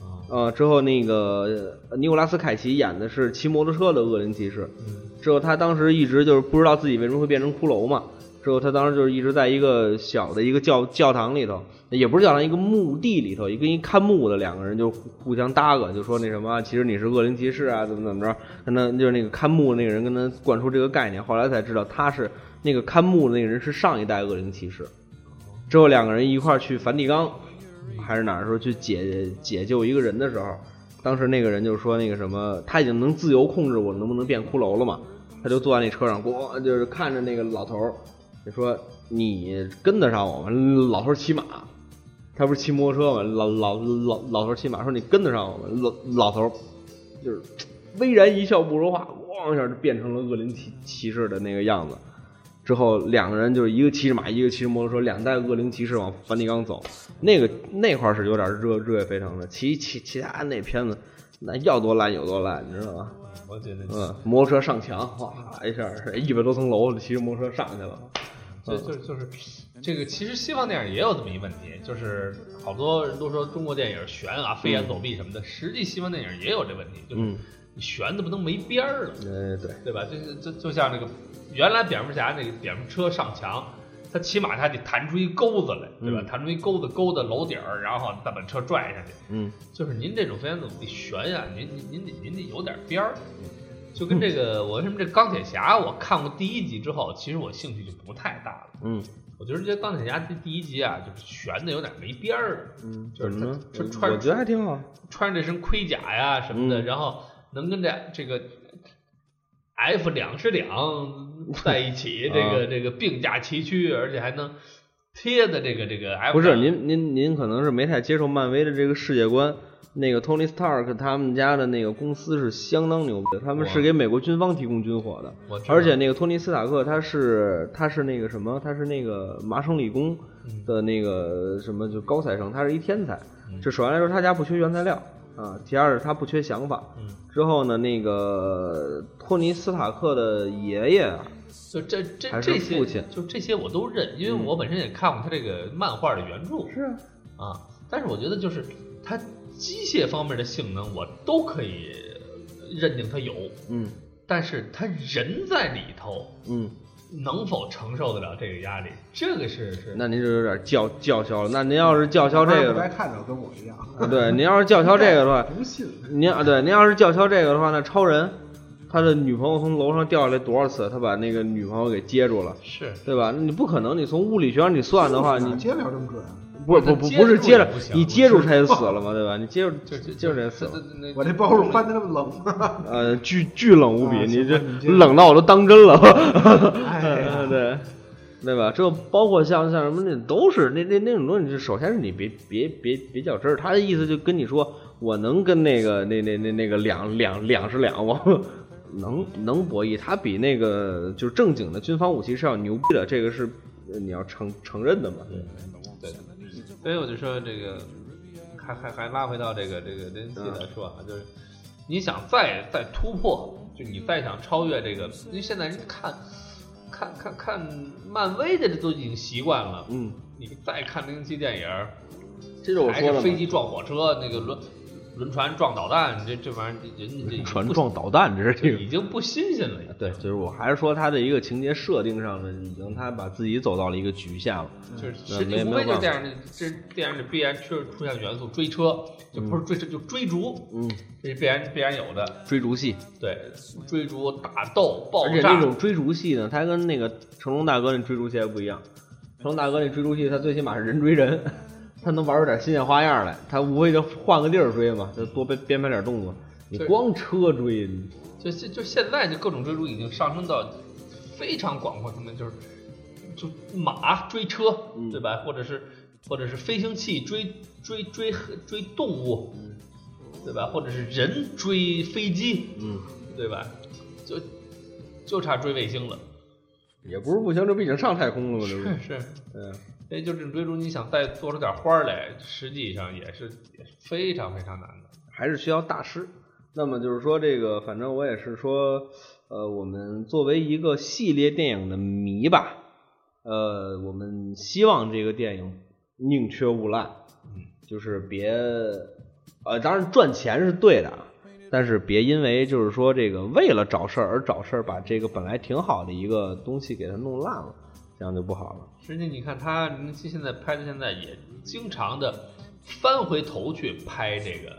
啊
呃，之后那个呃尼古拉斯凯奇演的是骑摩托车的恶灵骑士，之后他当时一直就是不知道自己为什么会变成骷髅嘛，之后他当时就是一直在一个小的一个教教堂里头，也不是教堂，一个墓地里头，一个一看墓的两个人就互互相搭个，就说那什么，其实你是恶灵骑士啊，怎么怎么着，跟他就是那个看墓的那个人跟他灌输这个概念，后来才知道他是那个看墓的那个人是上一代恶灵骑士，之后两个人一块儿去梵蒂冈。还是哪儿的时候去解解救一个人的时候，当时那个人就说那个什么，他已经能自由控制我能不能变骷髅了嘛，他就坐在那车上，咣就是看着那个老头儿，就说你跟得上我吗？老头儿骑马，他不是骑摩托车吗？老老老老头儿骑马说你跟得上我吗？老老头儿就是巍然一笑不说话，咣一下就变成了恶灵骑骑士的那个样子。之后两个人就是一个骑着马，一个骑着摩托车，两代恶灵骑士往梵蒂冈走。那个那块儿是有点热热血沸腾的，其其其他那片子那要多烂有多烂，你知道吗？
我觉得
嗯，摩托车上墙，哗一下一百多层楼，骑着摩托车上去了。哎
就就就是这个，其实西方电影也有这么一问题，就是好多人都说中国电影悬啊、飞檐走壁什么的，实际西方电影也有这问题，就是
嗯
你悬的不能没边儿了，
呃，对，
对吧？就是就就像那个原来蝙蝠侠那个蝙蝠车上墙。他骑马，他得弹出一钩子来，对吧？
嗯
弹出一钩子，钩到楼顶儿，然后再把车拽上去。
嗯，
就是您这种飞檐走壁悬呀、您您您得您得有点边儿。
嗯
就跟这个，我为什么这钢铁侠，我看过第一集之后，其实我兴趣就不太大了。
嗯，
我觉得这钢铁侠这第一集啊，就是悬的有点没边儿了。嗯，就是
怎
他
么呢
他
我
穿
觉得还挺好。
穿着这身盔甲呀什么的，
嗯
然后能跟这这个 F 两十两在一
啊
起，这个这个并驾齐驱，而且还能贴的这个这个 F
不是您您您可能是没太接受漫威的这个世界观。那个 Tony Stark 他们家的那个公司是相当牛逼的，他们是
哇
给美国军方提供军火的。
我知道
而且那个托尼·斯塔克，他是他是那个什么，他是那个麻省理工
嗯
的那个什么，就高材生，他是一天才。这首先来说，他家不缺原材料啊，其二是他不缺想法。
嗯
之后呢，那个托尼·斯塔克的爷爷啊，
就这这
还是
这些
父亲，嗯
就这些我都认，因为我本身也看过他这个漫画的原著。是啊，但是我觉得就是它机械方面的性能我都可以认定它有，
嗯
但是他人在里头
嗯，
能否承受得了这个压力，这个是是
那您就有点叫叫嚣了。那您要是叫嚣这个
不该
的，
看着跟我一样，
啊对，您要是叫嚣这个的话，
不信。
您啊，对，您要是叫嚣这个的话，那超人他的女朋友从楼上掉下来多少次，他把那个女朋友给接住了。
是
对吧？那你不可能，你从物理学上你算的话，
哪
你
接不了这么准啊？
不不不不是接
接
着
着不行
你接住他也死了嘛，对吧？你接住
就就
接住他也死
这
了，
那
我这包袱翻的那么 冷，
呃，巨巨冷无比，
啊
你
行
这
吧你接着
冷到我都当真了，
哎呀
嗯对对吧？这包括像像什么那都是那那那种东西，就首先是你别别别别较真儿，他的意思就跟你说，我能跟那个那那那那个两两两是两，我能能博弈，他比那个就是正经的军方武器是要牛逼的，这个是呃你要承承认的嘛，对吧。
对，所以我就说这个，还还还拉回到这个这个这
嗯
个来说啊，就是你想再再突破，就你再想超越这个，因为现在人看看看看漫威的这都已经习惯了，
嗯，
你再看零零七电影儿，
这就我
还
说
是
了
飞
嘛，
机撞火车，那个轮轮船撞导弹，这这玩意儿人家这
船撞导弹，这是
这
这个。
已经不新鲜了，
对，就是我还是说他的一个情节设定上呢，已经他把自己走到了一个局限了。
就是
那
实际
嗯没
无
没
非
有
就是
办
电影里，这电影里必然出出现元素追车，就不是追车就追逐，
嗯，
这是必然必然有的。
追逐戏，
对，追逐、打斗、爆
而且那
炸，
种追逐戏呢，他跟那个成龙大哥那追逐戏还不一样。成龙大哥那追逐戏，他最起码是人追人，他能玩出点新鲜花样来，他无非就换个地儿追嘛，就多编编排点动作。你
对
光车追，
就就就现在就各种追逐已经上升到非常广阔层面，就是就马追车，
嗯
对吧？或者是或者是飞行器追追追追动物，
嗯
对吧？或者是人追飞机，嗯，对吧？就就差追卫星了，
也不是不行，这不已经上太空了吗？这 不，
是。
嗯，
所以就这种追逐，你想再做出点花儿来，实际上也是也是非常非常难的。
还是需要大师。那么就是说，这个反正我也是说，呃，我们作为一个系列电影的迷吧，呃，我们希望这个电影宁缺毋滥，就是别，呃，当然赚钱是对的啊，但是别因为就是说这个为了找事儿而找事儿，把这个本来挺好的一个东西给它弄烂了，这样就不好了。
实际你看他零零七现在拍的，现在也经常的翻回头去拍这个，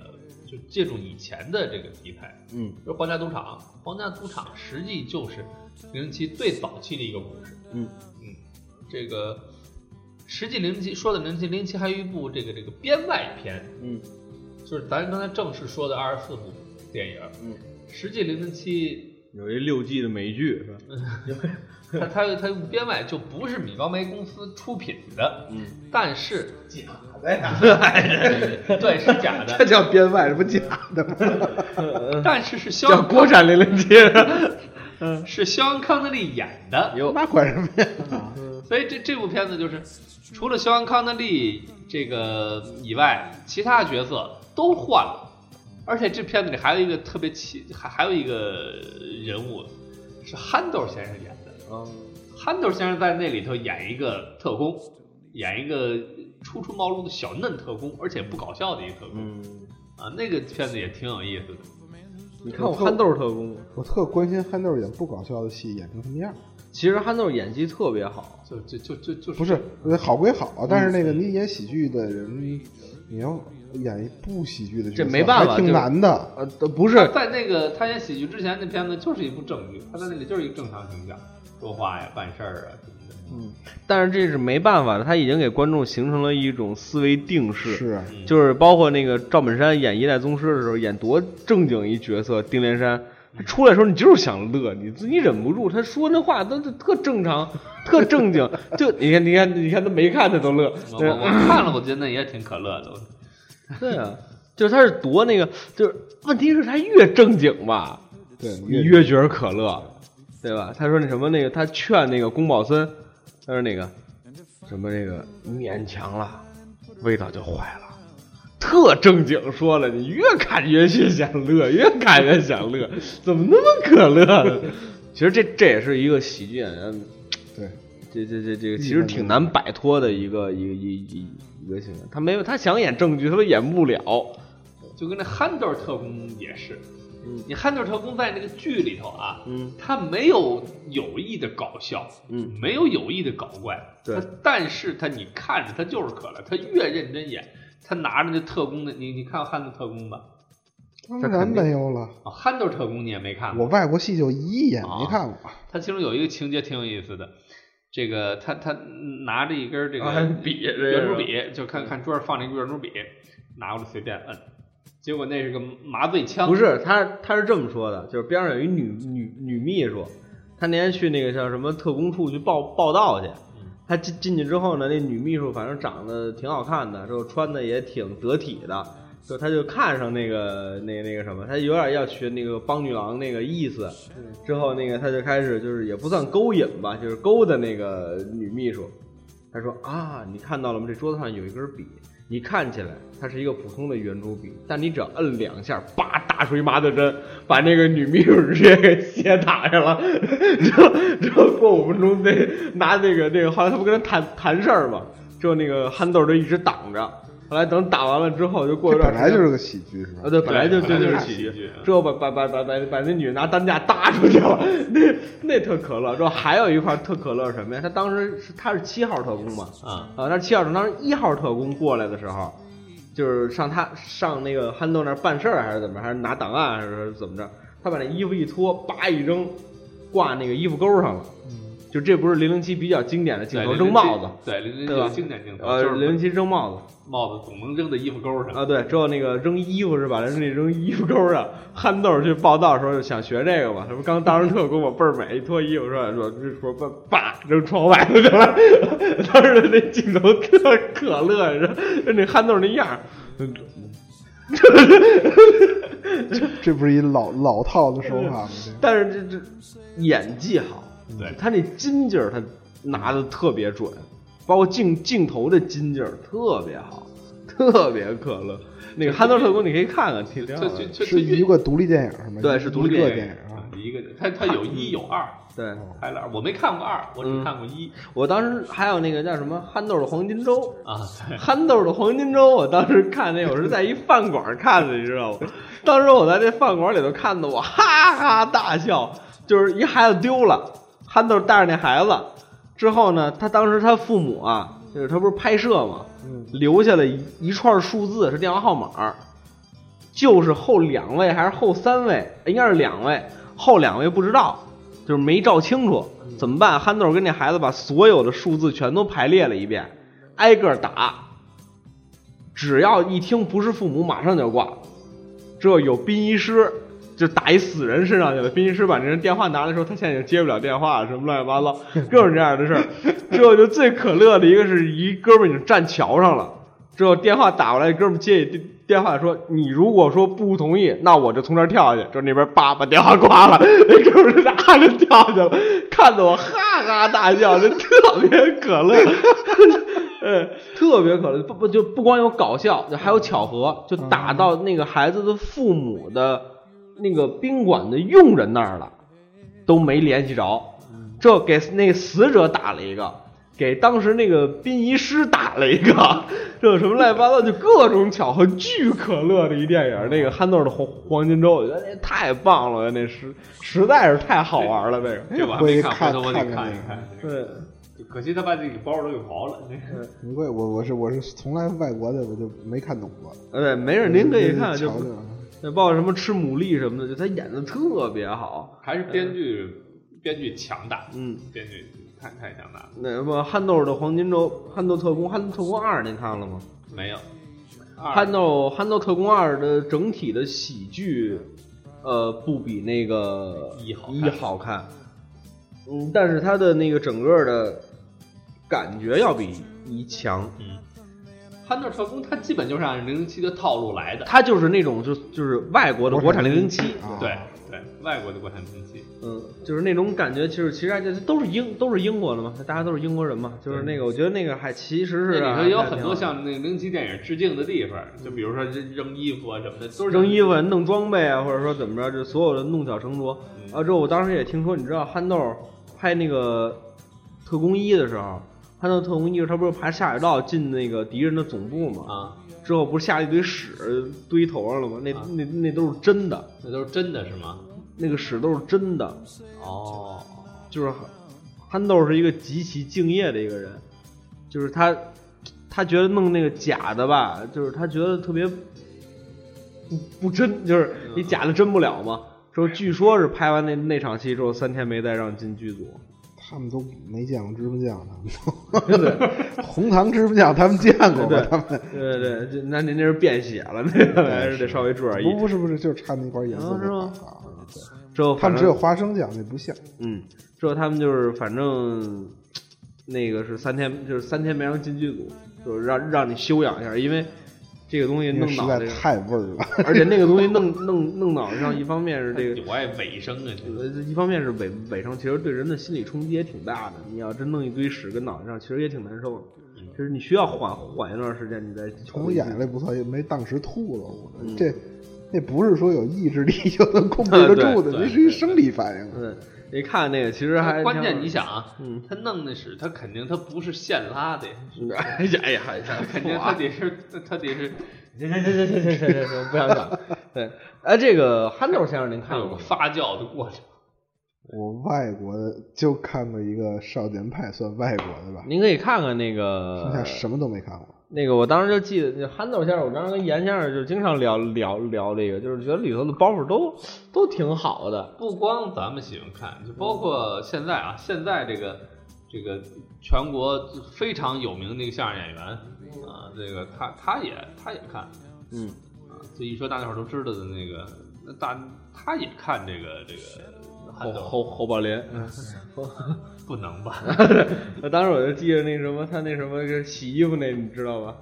就借助以前的这个题材，
嗯，
比如《皇家赌场》，《皇家赌场》实际就是零零七最早期的一个故事，
嗯
嗯，这个实际零零七说的零零七，零零七还有一部这个这个编外篇，
嗯，
就是咱刚才正式说的二十四部电影，
嗯，
实际零零七
有一六 G 的美剧是吧？
它它它编外就不是米高梅公司出品的，嗯，但是假的呀， 对，是假
这
的，
叫编外，这不假的吗？
但是是肖
叫
恩
国产零零七，
是肖恩康德利演的，
那管什么呀？
所以这这部片子就是除了肖恩康德利这个以外，其他角色都换了，而且这片子里还有一个特别奇，还还有一个人物是憨豆先生演的，
嗯
憨豆先生在那里头演一个特工，演一个初出茅庐的小嫩特工，而且不搞笑的一个特工、
嗯，
啊，那个片子也挺有意思的。
你看我憨豆特工，
我特关心憨豆演不搞笑的戏演成什么样。
其实憨豆演技特别好，
就就就就就是
不是，呃好归好，但是那
嗯
个你演喜剧的人，你要演一部喜剧的角色，
这没办法
还挺
这
难的。
呃，不是，
在那个他演喜剧之前，那片子就是一部正剧，他在那里就是一个正常形象，说话呀、办事儿啊什么的。
但是这是没办法的，他已经给观众形成了一种思维定式，
是，啊
就是包括那个赵本山演一代宗师的时候，演多正经一角色丁连山。他出来的时候，你就是想乐，你自己忍不住。他说那话都都特正常， 特正经。就你看，你看，你看，他没看他都乐。
我
对啊
我我看了，我觉得那也挺可乐的。
对啊，就是他是多那个，就是问题是他越正经吧，
对，
你越觉得可乐，对吧？他说那什么那个，他劝那个宫保森，他说那个什么这个勉强了，味道就坏了。特正经说了，你越看越去想乐，越看越想乐，怎么那么可乐呢？其实这这也是一个喜剧演员，
对，
这这这这个其实挺难摆脱的一个一个一一一个形象。他没有，他想演正剧，他都演不了。
就跟那憨豆特工也是，你憨豆特工在那个剧里头啊，
嗯
他没有有意的搞笑，
嗯
没有有意的搞怪，
对
他但是他你看着他就是可乐，他越认真演，他拿着那特工的，你你看过憨豆特工吧？
当然没有了。
啊，憨豆特工你也没看过
我，外国戏就一眼
啊
没看过，
他其中有一个情节挺有意思的，这个他他拿着一根儿这个、
啊笔这个
圆珠笔，就看看桌上放着一个圆珠笔，拿过来随便摁，结果那是个麻醉枪，
不是他，他是这么说的，就是边上有一女女女秘书，他那天去那个叫什么特工处去报报道去，他进进去之后呢，那女秘书反正长得挺好看的，之后穿的也挺得体的，就他就看上那个那那个什么，他有点要学那个帮女郎那个意思，之后那个他就开始就是也不算勾引吧，就是勾搭那个女秘书，他说啊，你看到了吗？这桌子上有一根笔，你看起来它是一个普通的圆珠笔，但你只要摁两下，叭，打出一麻醉针，把那个女秘书直接给血打上了。之后之后过五分钟，那拿那个那个，后来他不跟他谈谈事儿嘛，之后那个憨豆就一直挡着，后来等打完了之后，就过一
这
段
本
时
来
间
就是个喜剧，是吧
啊，？对，本来就
本来
就
就是是喜
喜
剧嗯
剧，之后把把把把把把那女的拿担架搭出去了，那那特可乐。之后还有一块特可乐是什么呀？他当时是他是七号特工嘛，
啊
啊，那七号特工当时一号特工过来的时候，就是上他上那个憨豆那儿办事儿还是怎么，还是拿档案还是怎么着？他把那衣服一脱，叭一扔，挂那个衣服钩上了。就这不是零零七比较经典的镜
对
头，扔帽子，，
对零零
对吧
七经典镜头，
呃，
就是
零零七扔帽子。
帽子总能扔在衣服钩上。
啊，对，之后那个扔衣服是吧？人家扔衣服钩上，憨豆儿去报道的时候就想学这个嘛，他不刚当上特工嘛，倍儿美，一脱衣服说说说叭叭扔窗外头去了，当时那镜头特可乐，你知道就那憨豆儿那样儿，
这不是一老老套的手法吗？
但是这这演技好，
对
他那筋劲儿他拿的特别准，包括镜镜头的筋劲儿特别好，特别可乐。那个憨豆儿特工你可以看看，挺挺好
这
的
这这
这是一个独立电影是吗？
对是独立
一
电
个
影
电
啊，
影啊。
一个他他有一有二，
对。
拍了二，我没看过二，我只
嗯
看过一
我当时还有那个叫什么憨豆儿的黄金周，
啊。 对
憨豆儿的黄金周，我当时看那我是在一饭馆看的，你知道吗？当时我在这饭馆里头看的，我哈哈大笑，就是一孩子丢了，憨豆儿带着那孩子，之后呢，他当时他父母啊，就是他不是拍摄嘛，留下了一一串数字是电话号码儿，就是后两位还是后三位，应该是两位，后两位不知道，就是没照清楚，怎么办？憨豆儿跟那孩子把所有的数字全都排列了一遍，挨个儿打，只要一听不是父母，马上就挂。之后有殡仪师就打一死人身上去了，殡仪师把这人电话拿来的时候，他现在已经接不了电话，什么乱七八糟，各种这样的事儿。 之后就最可乐的一个是一哥们儿已经站桥上了，之后电话打过来，哥们儿接一电话说：“你如果说不同意，那我就从这儿跳下去。”之后那边叭把电话挂了，那哥们儿就拿着跳下去了，看得我哈哈大笑，就特别可乐。 呃，特别可乐，不不就不光有搞笑，就还有巧合，就打到那个孩子的父母的那个宾馆的佣人那儿了，都没联系着，这给那个死者打了一个，给当时那个殡仪师打了一个，这什么乱七八糟，就各种巧合，巨可乐的一电影。那个憨豆儿的黄黄金周，我觉得那太棒了，我觉得那实实在是太好玩了，那个。
这我还没看，
回
回
去看
头我得
看看
看
这
一
个
看。
对，
可惜他把这个包都给刨了。那个
难怪我我是我是从来外国的我就没看懂过。
呃，对没事，您可以看，
瞧
嗯就
瞧。
那包括什么吃牡蛎什么的，就他演的特别好。
还是编剧，编剧强大，
嗯，
编剧太太强大了。
那什么憨豆的黄金周、憨豆特工、憨豆特工二，您看了吗？
没有，二
憨豆憨豆特工二的整体的喜剧，呃，不比那个
一好看
一好看。嗯，但是它的那个整个的感觉要比一强。
憨嗯豆特工，他基本就是按零零七的套路来的。
它就是那种就就是外国的国产零零七，
啊
对对，外国的国产零零七，
嗯，就是那种感觉，就是其实还就是都是英都是英国的嘛，大家都是英国人嘛，就是那个我觉得那个还其实
那
是
里
啊
头也有
还挺
很
好
多像那零零七电影致敬的地方，就比如说扔扔衣服啊什么的，都是
扔衣服、弄装备啊，或者说怎么着，就所有的弄巧成拙。
嗯
啊，之后我当时也听说，你知道憨豆儿拍那个特工一的时候，憨豆儿特工一他不是爬下水道进那个敌人的总部嘛？
啊，
之后不是下了一堆屎堆头上了吗？那、
啊
那那都是真的，
那都是真的是吗？
那个屎都是真的，
哦，
就是憨豆是一个极其敬业的一个人，就是他他觉得弄那个假的吧，就是他觉得特别不不真，就是你假的真不了嘛。之后据说是拍完那那场戏之后，三天没再让进剧组。
他们都没见过芝麻酱，他们都 红糖芝麻酱他们见过吧？他们
对对，对，那您这是变血了， 那个还是得稍微注点意
不。不是不是，就是差那块颜色
啊是吗
啊对
之后
他
反
们
正
只有花生酱，那不像。
嗯，之后他们就是反正那个是三天，就是三天没让进剧组，就是让让你休养一下，因为这个东西
因为
弄
实
脑
在
袋上。
太味 儿了。
而且那个东西弄弄弄脑袋上，一方面是这个，
有爱尾声啊，这个
呃，一方面是伪伪上，其实对人的心理冲击也挺大的。你要真弄一堆屎跟脑袋上，其实也挺难受的。就是你需要缓缓一段时间，你再
从
回
眼
去
下来不错，也没当时吐了。我
嗯
这那不是说有意志力 就能控制
啊
得住
对
的，
对
那是一生理反应。
嗯，你看那个其实还
关键你，想啊
嗯，
他弄的屎，他肯定他不是现拉的呀，
哎呀哎呀，哎呀
肯 定他得是他他得是
行行行行行行行行，不想讲。对，哎，这个憨豆先生您看
他
过
有个
吗？
发酵的过程。
我外国的就看过一个《少年派》，算外国的吧，
您可以看看那
剩下
个
什么都没看过。
那个，我当时就记得，就憨豆先生，我当时跟严先生就经常聊聊聊这个，就是觉得里头的包袱都都挺好的。
不光咱们喜欢看，就包括现在啊，现在这个这个全国非常有名的一个相声演员啊，这个他他也他也看，
嗯
啊，这一说大家伙都知道的那个，那大他也看这个这个
侯
憨豆，嗯
侯侯宝林，
不能 吧？
那当时我就记得那什么，他那什么就是洗衣服那，你知道吧？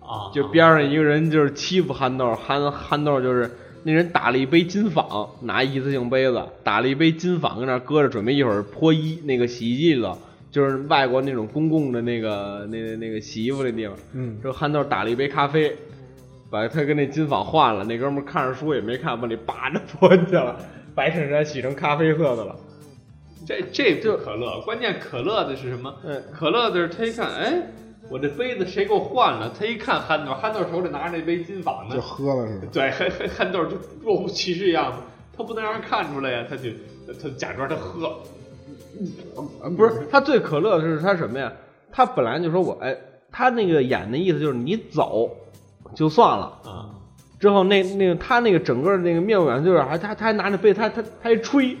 啊，
就边上一个人就是欺负憨豆，憨憨豆就是那人打了一杯金仿，拿一次性杯子打了一杯金仿，搁那儿搁着，准备一会儿泼衣那个洗衣机里头，就是外国那种公共的那个那那个洗衣服那地方。
嗯，
说憨豆打了一杯咖啡，把他跟那金纺换了，那哥们儿看着书也没看，往里扒着泼进去了，白衬衫洗成咖啡色的了。
这这不可乐，关键可乐的是什么？
嗯
可乐的是他一看，哎，我这杯子谁给我换了？他一看憨豆，憨豆手里拿着那杯金纺呢
就，喝了是吧？
对，憨憨憨豆就若无其事样子，他不能让人看出来呀，他就他假装他喝，
啊，不是，他最可乐的是他什么呀？他本来就说我哎，他那个演的意思就是你走就算了。
啊，
之后那那个他那个整个那个面部表情就是还他他还拿着杯子他他他还吹，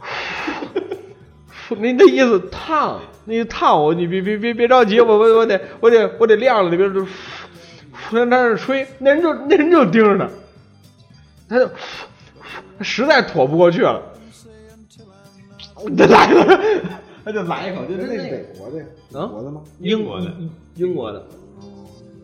那那意思烫，那个烫我你别别别别着急，我我我得我得我得晾了，你别就在那儿吹，那人就那人就盯着他，他就他实在躲不过去了， 就来了， 他就来一口，就
那
真
是
那个
美国的，
啊
美国的吗？
英国的
英国的。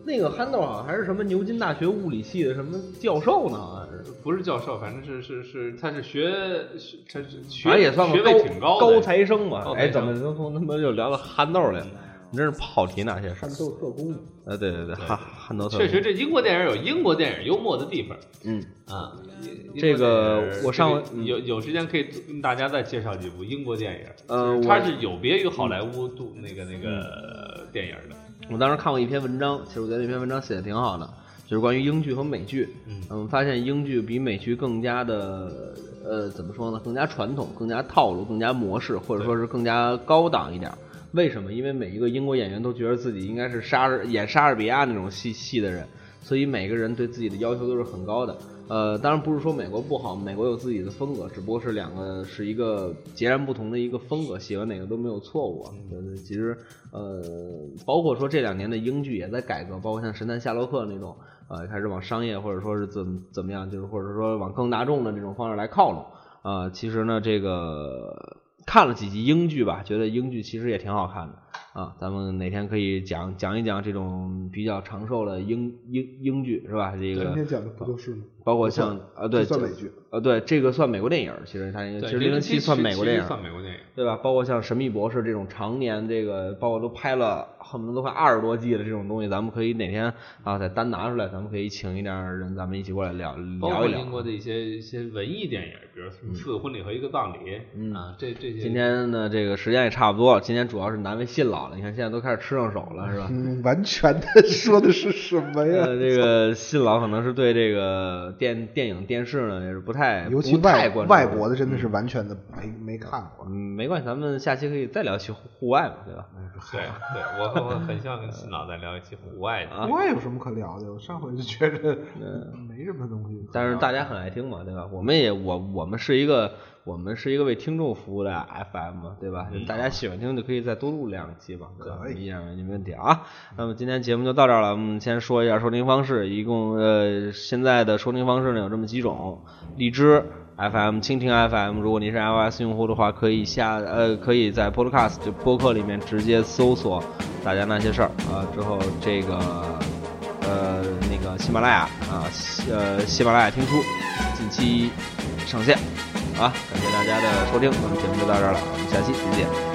那个憨豆好像还是什么牛津大学物理系的什么教授呢，好像是。
不是教授，反正是是是，他是学学他是学
反正也算
学
个
位挺
高
的
材生吧
高。材
哎，
生
怎么能从他妈就聊到憨豆来了？你真是跑题哪些事儿
看？斗特工，
呃，对对对，憨憨豆特
确实，这英国电影有英国电影幽默的地方
嗯，
啊。英
这个
英国电影
我上回
这个
嗯
有有时间可以跟大家再介绍几部英国电影，
呃
就是
我嗯
它是有别于好莱坞度那个那个电影的。
我当时看过一篇文章，其实我觉得那篇文章写的挺好的，就是关于英剧和美剧。
嗯
嗯，发现英剧比美剧更加的呃，怎么说呢？更加传统，更加套路，更加模式，或者说是更加高档一点儿。为什么？因为每一个英国演员都觉得自己应该是莎士演莎士比亚那种戏戏的人，所以每个人对自己的要求都是很高的。呃，当然不是说美国不好，美国有自己的风格，只不过是两个是一个截然不同的一个风格，喜欢哪个都没有错误啊。对对，其实呃，包括说这两年的英剧也在改革，包括像《神探夏洛克》那种，呃，开始往商业或者说是怎么怎么样，就是或者说往更大众的这种方式来靠拢。呃，其实呢，这个看了几集英剧吧，觉得英剧其实也挺好看的啊。咱们哪天可以讲讲一讲这种比较长寿的英英英剧是吧？这
今
个
天讲的不就是吗？
包括像啊，对，
这算美剧，
呃，对，这个算美国电影儿，其实它应该
对
呃其实零零七算美国电影
其实算
儿，
美国电影。
对吧？包括像《神秘博士》这种常年这个，包括都拍了恨不得都快二十多季了这种东西，咱们可以哪天啊再单拿出来，咱们可以请一点儿人，咱们一起过来聊
包
聊
括
一
英国
聊。
的一些一些文艺电影，比如说《四个婚礼和一个葬礼》
嗯
啊，这这些。
今天呢，这个时间也差不多了。今天主要是难为信老了，你看现在都开始吃上手了， 是吧？
嗯，完全的说的是什么呀？
呃，这个信老可能是对这个电电影、电视呢也是不太
尤其
不太
外
关注
外国的真的是完全的没没看过
嗯，，没关系，咱们下期可以再聊一期户户外嘛，对吧？
对对，我我很想跟新老再聊一期户外的。
国外有什么可聊的？我上回就觉得没什么东西可聊。
但是大家很爱听嘛，对吧？我们也我我们是一个我们是一个为听众服务的 FM，嘛对吧？大家喜欢听就可以再多录两期嘛，对吧？
嗯可以
依然没问题啊。那么今天节目就到这儿了，我们先说一下收听方式，一共呃现在的收听方式呢有这么几种，荔枝。FM 蜻蜓 FM，如果您是 iOS 用户的话，可以下呃，可以在 Podcast 就播客里面直接搜索“大家那些事儿”啊、之后这个呃那个喜马拉雅啊，喜呃喜马拉雅听书近期上线啊，感谢大家的收听，我们节目就到这儿了，我们下期再见。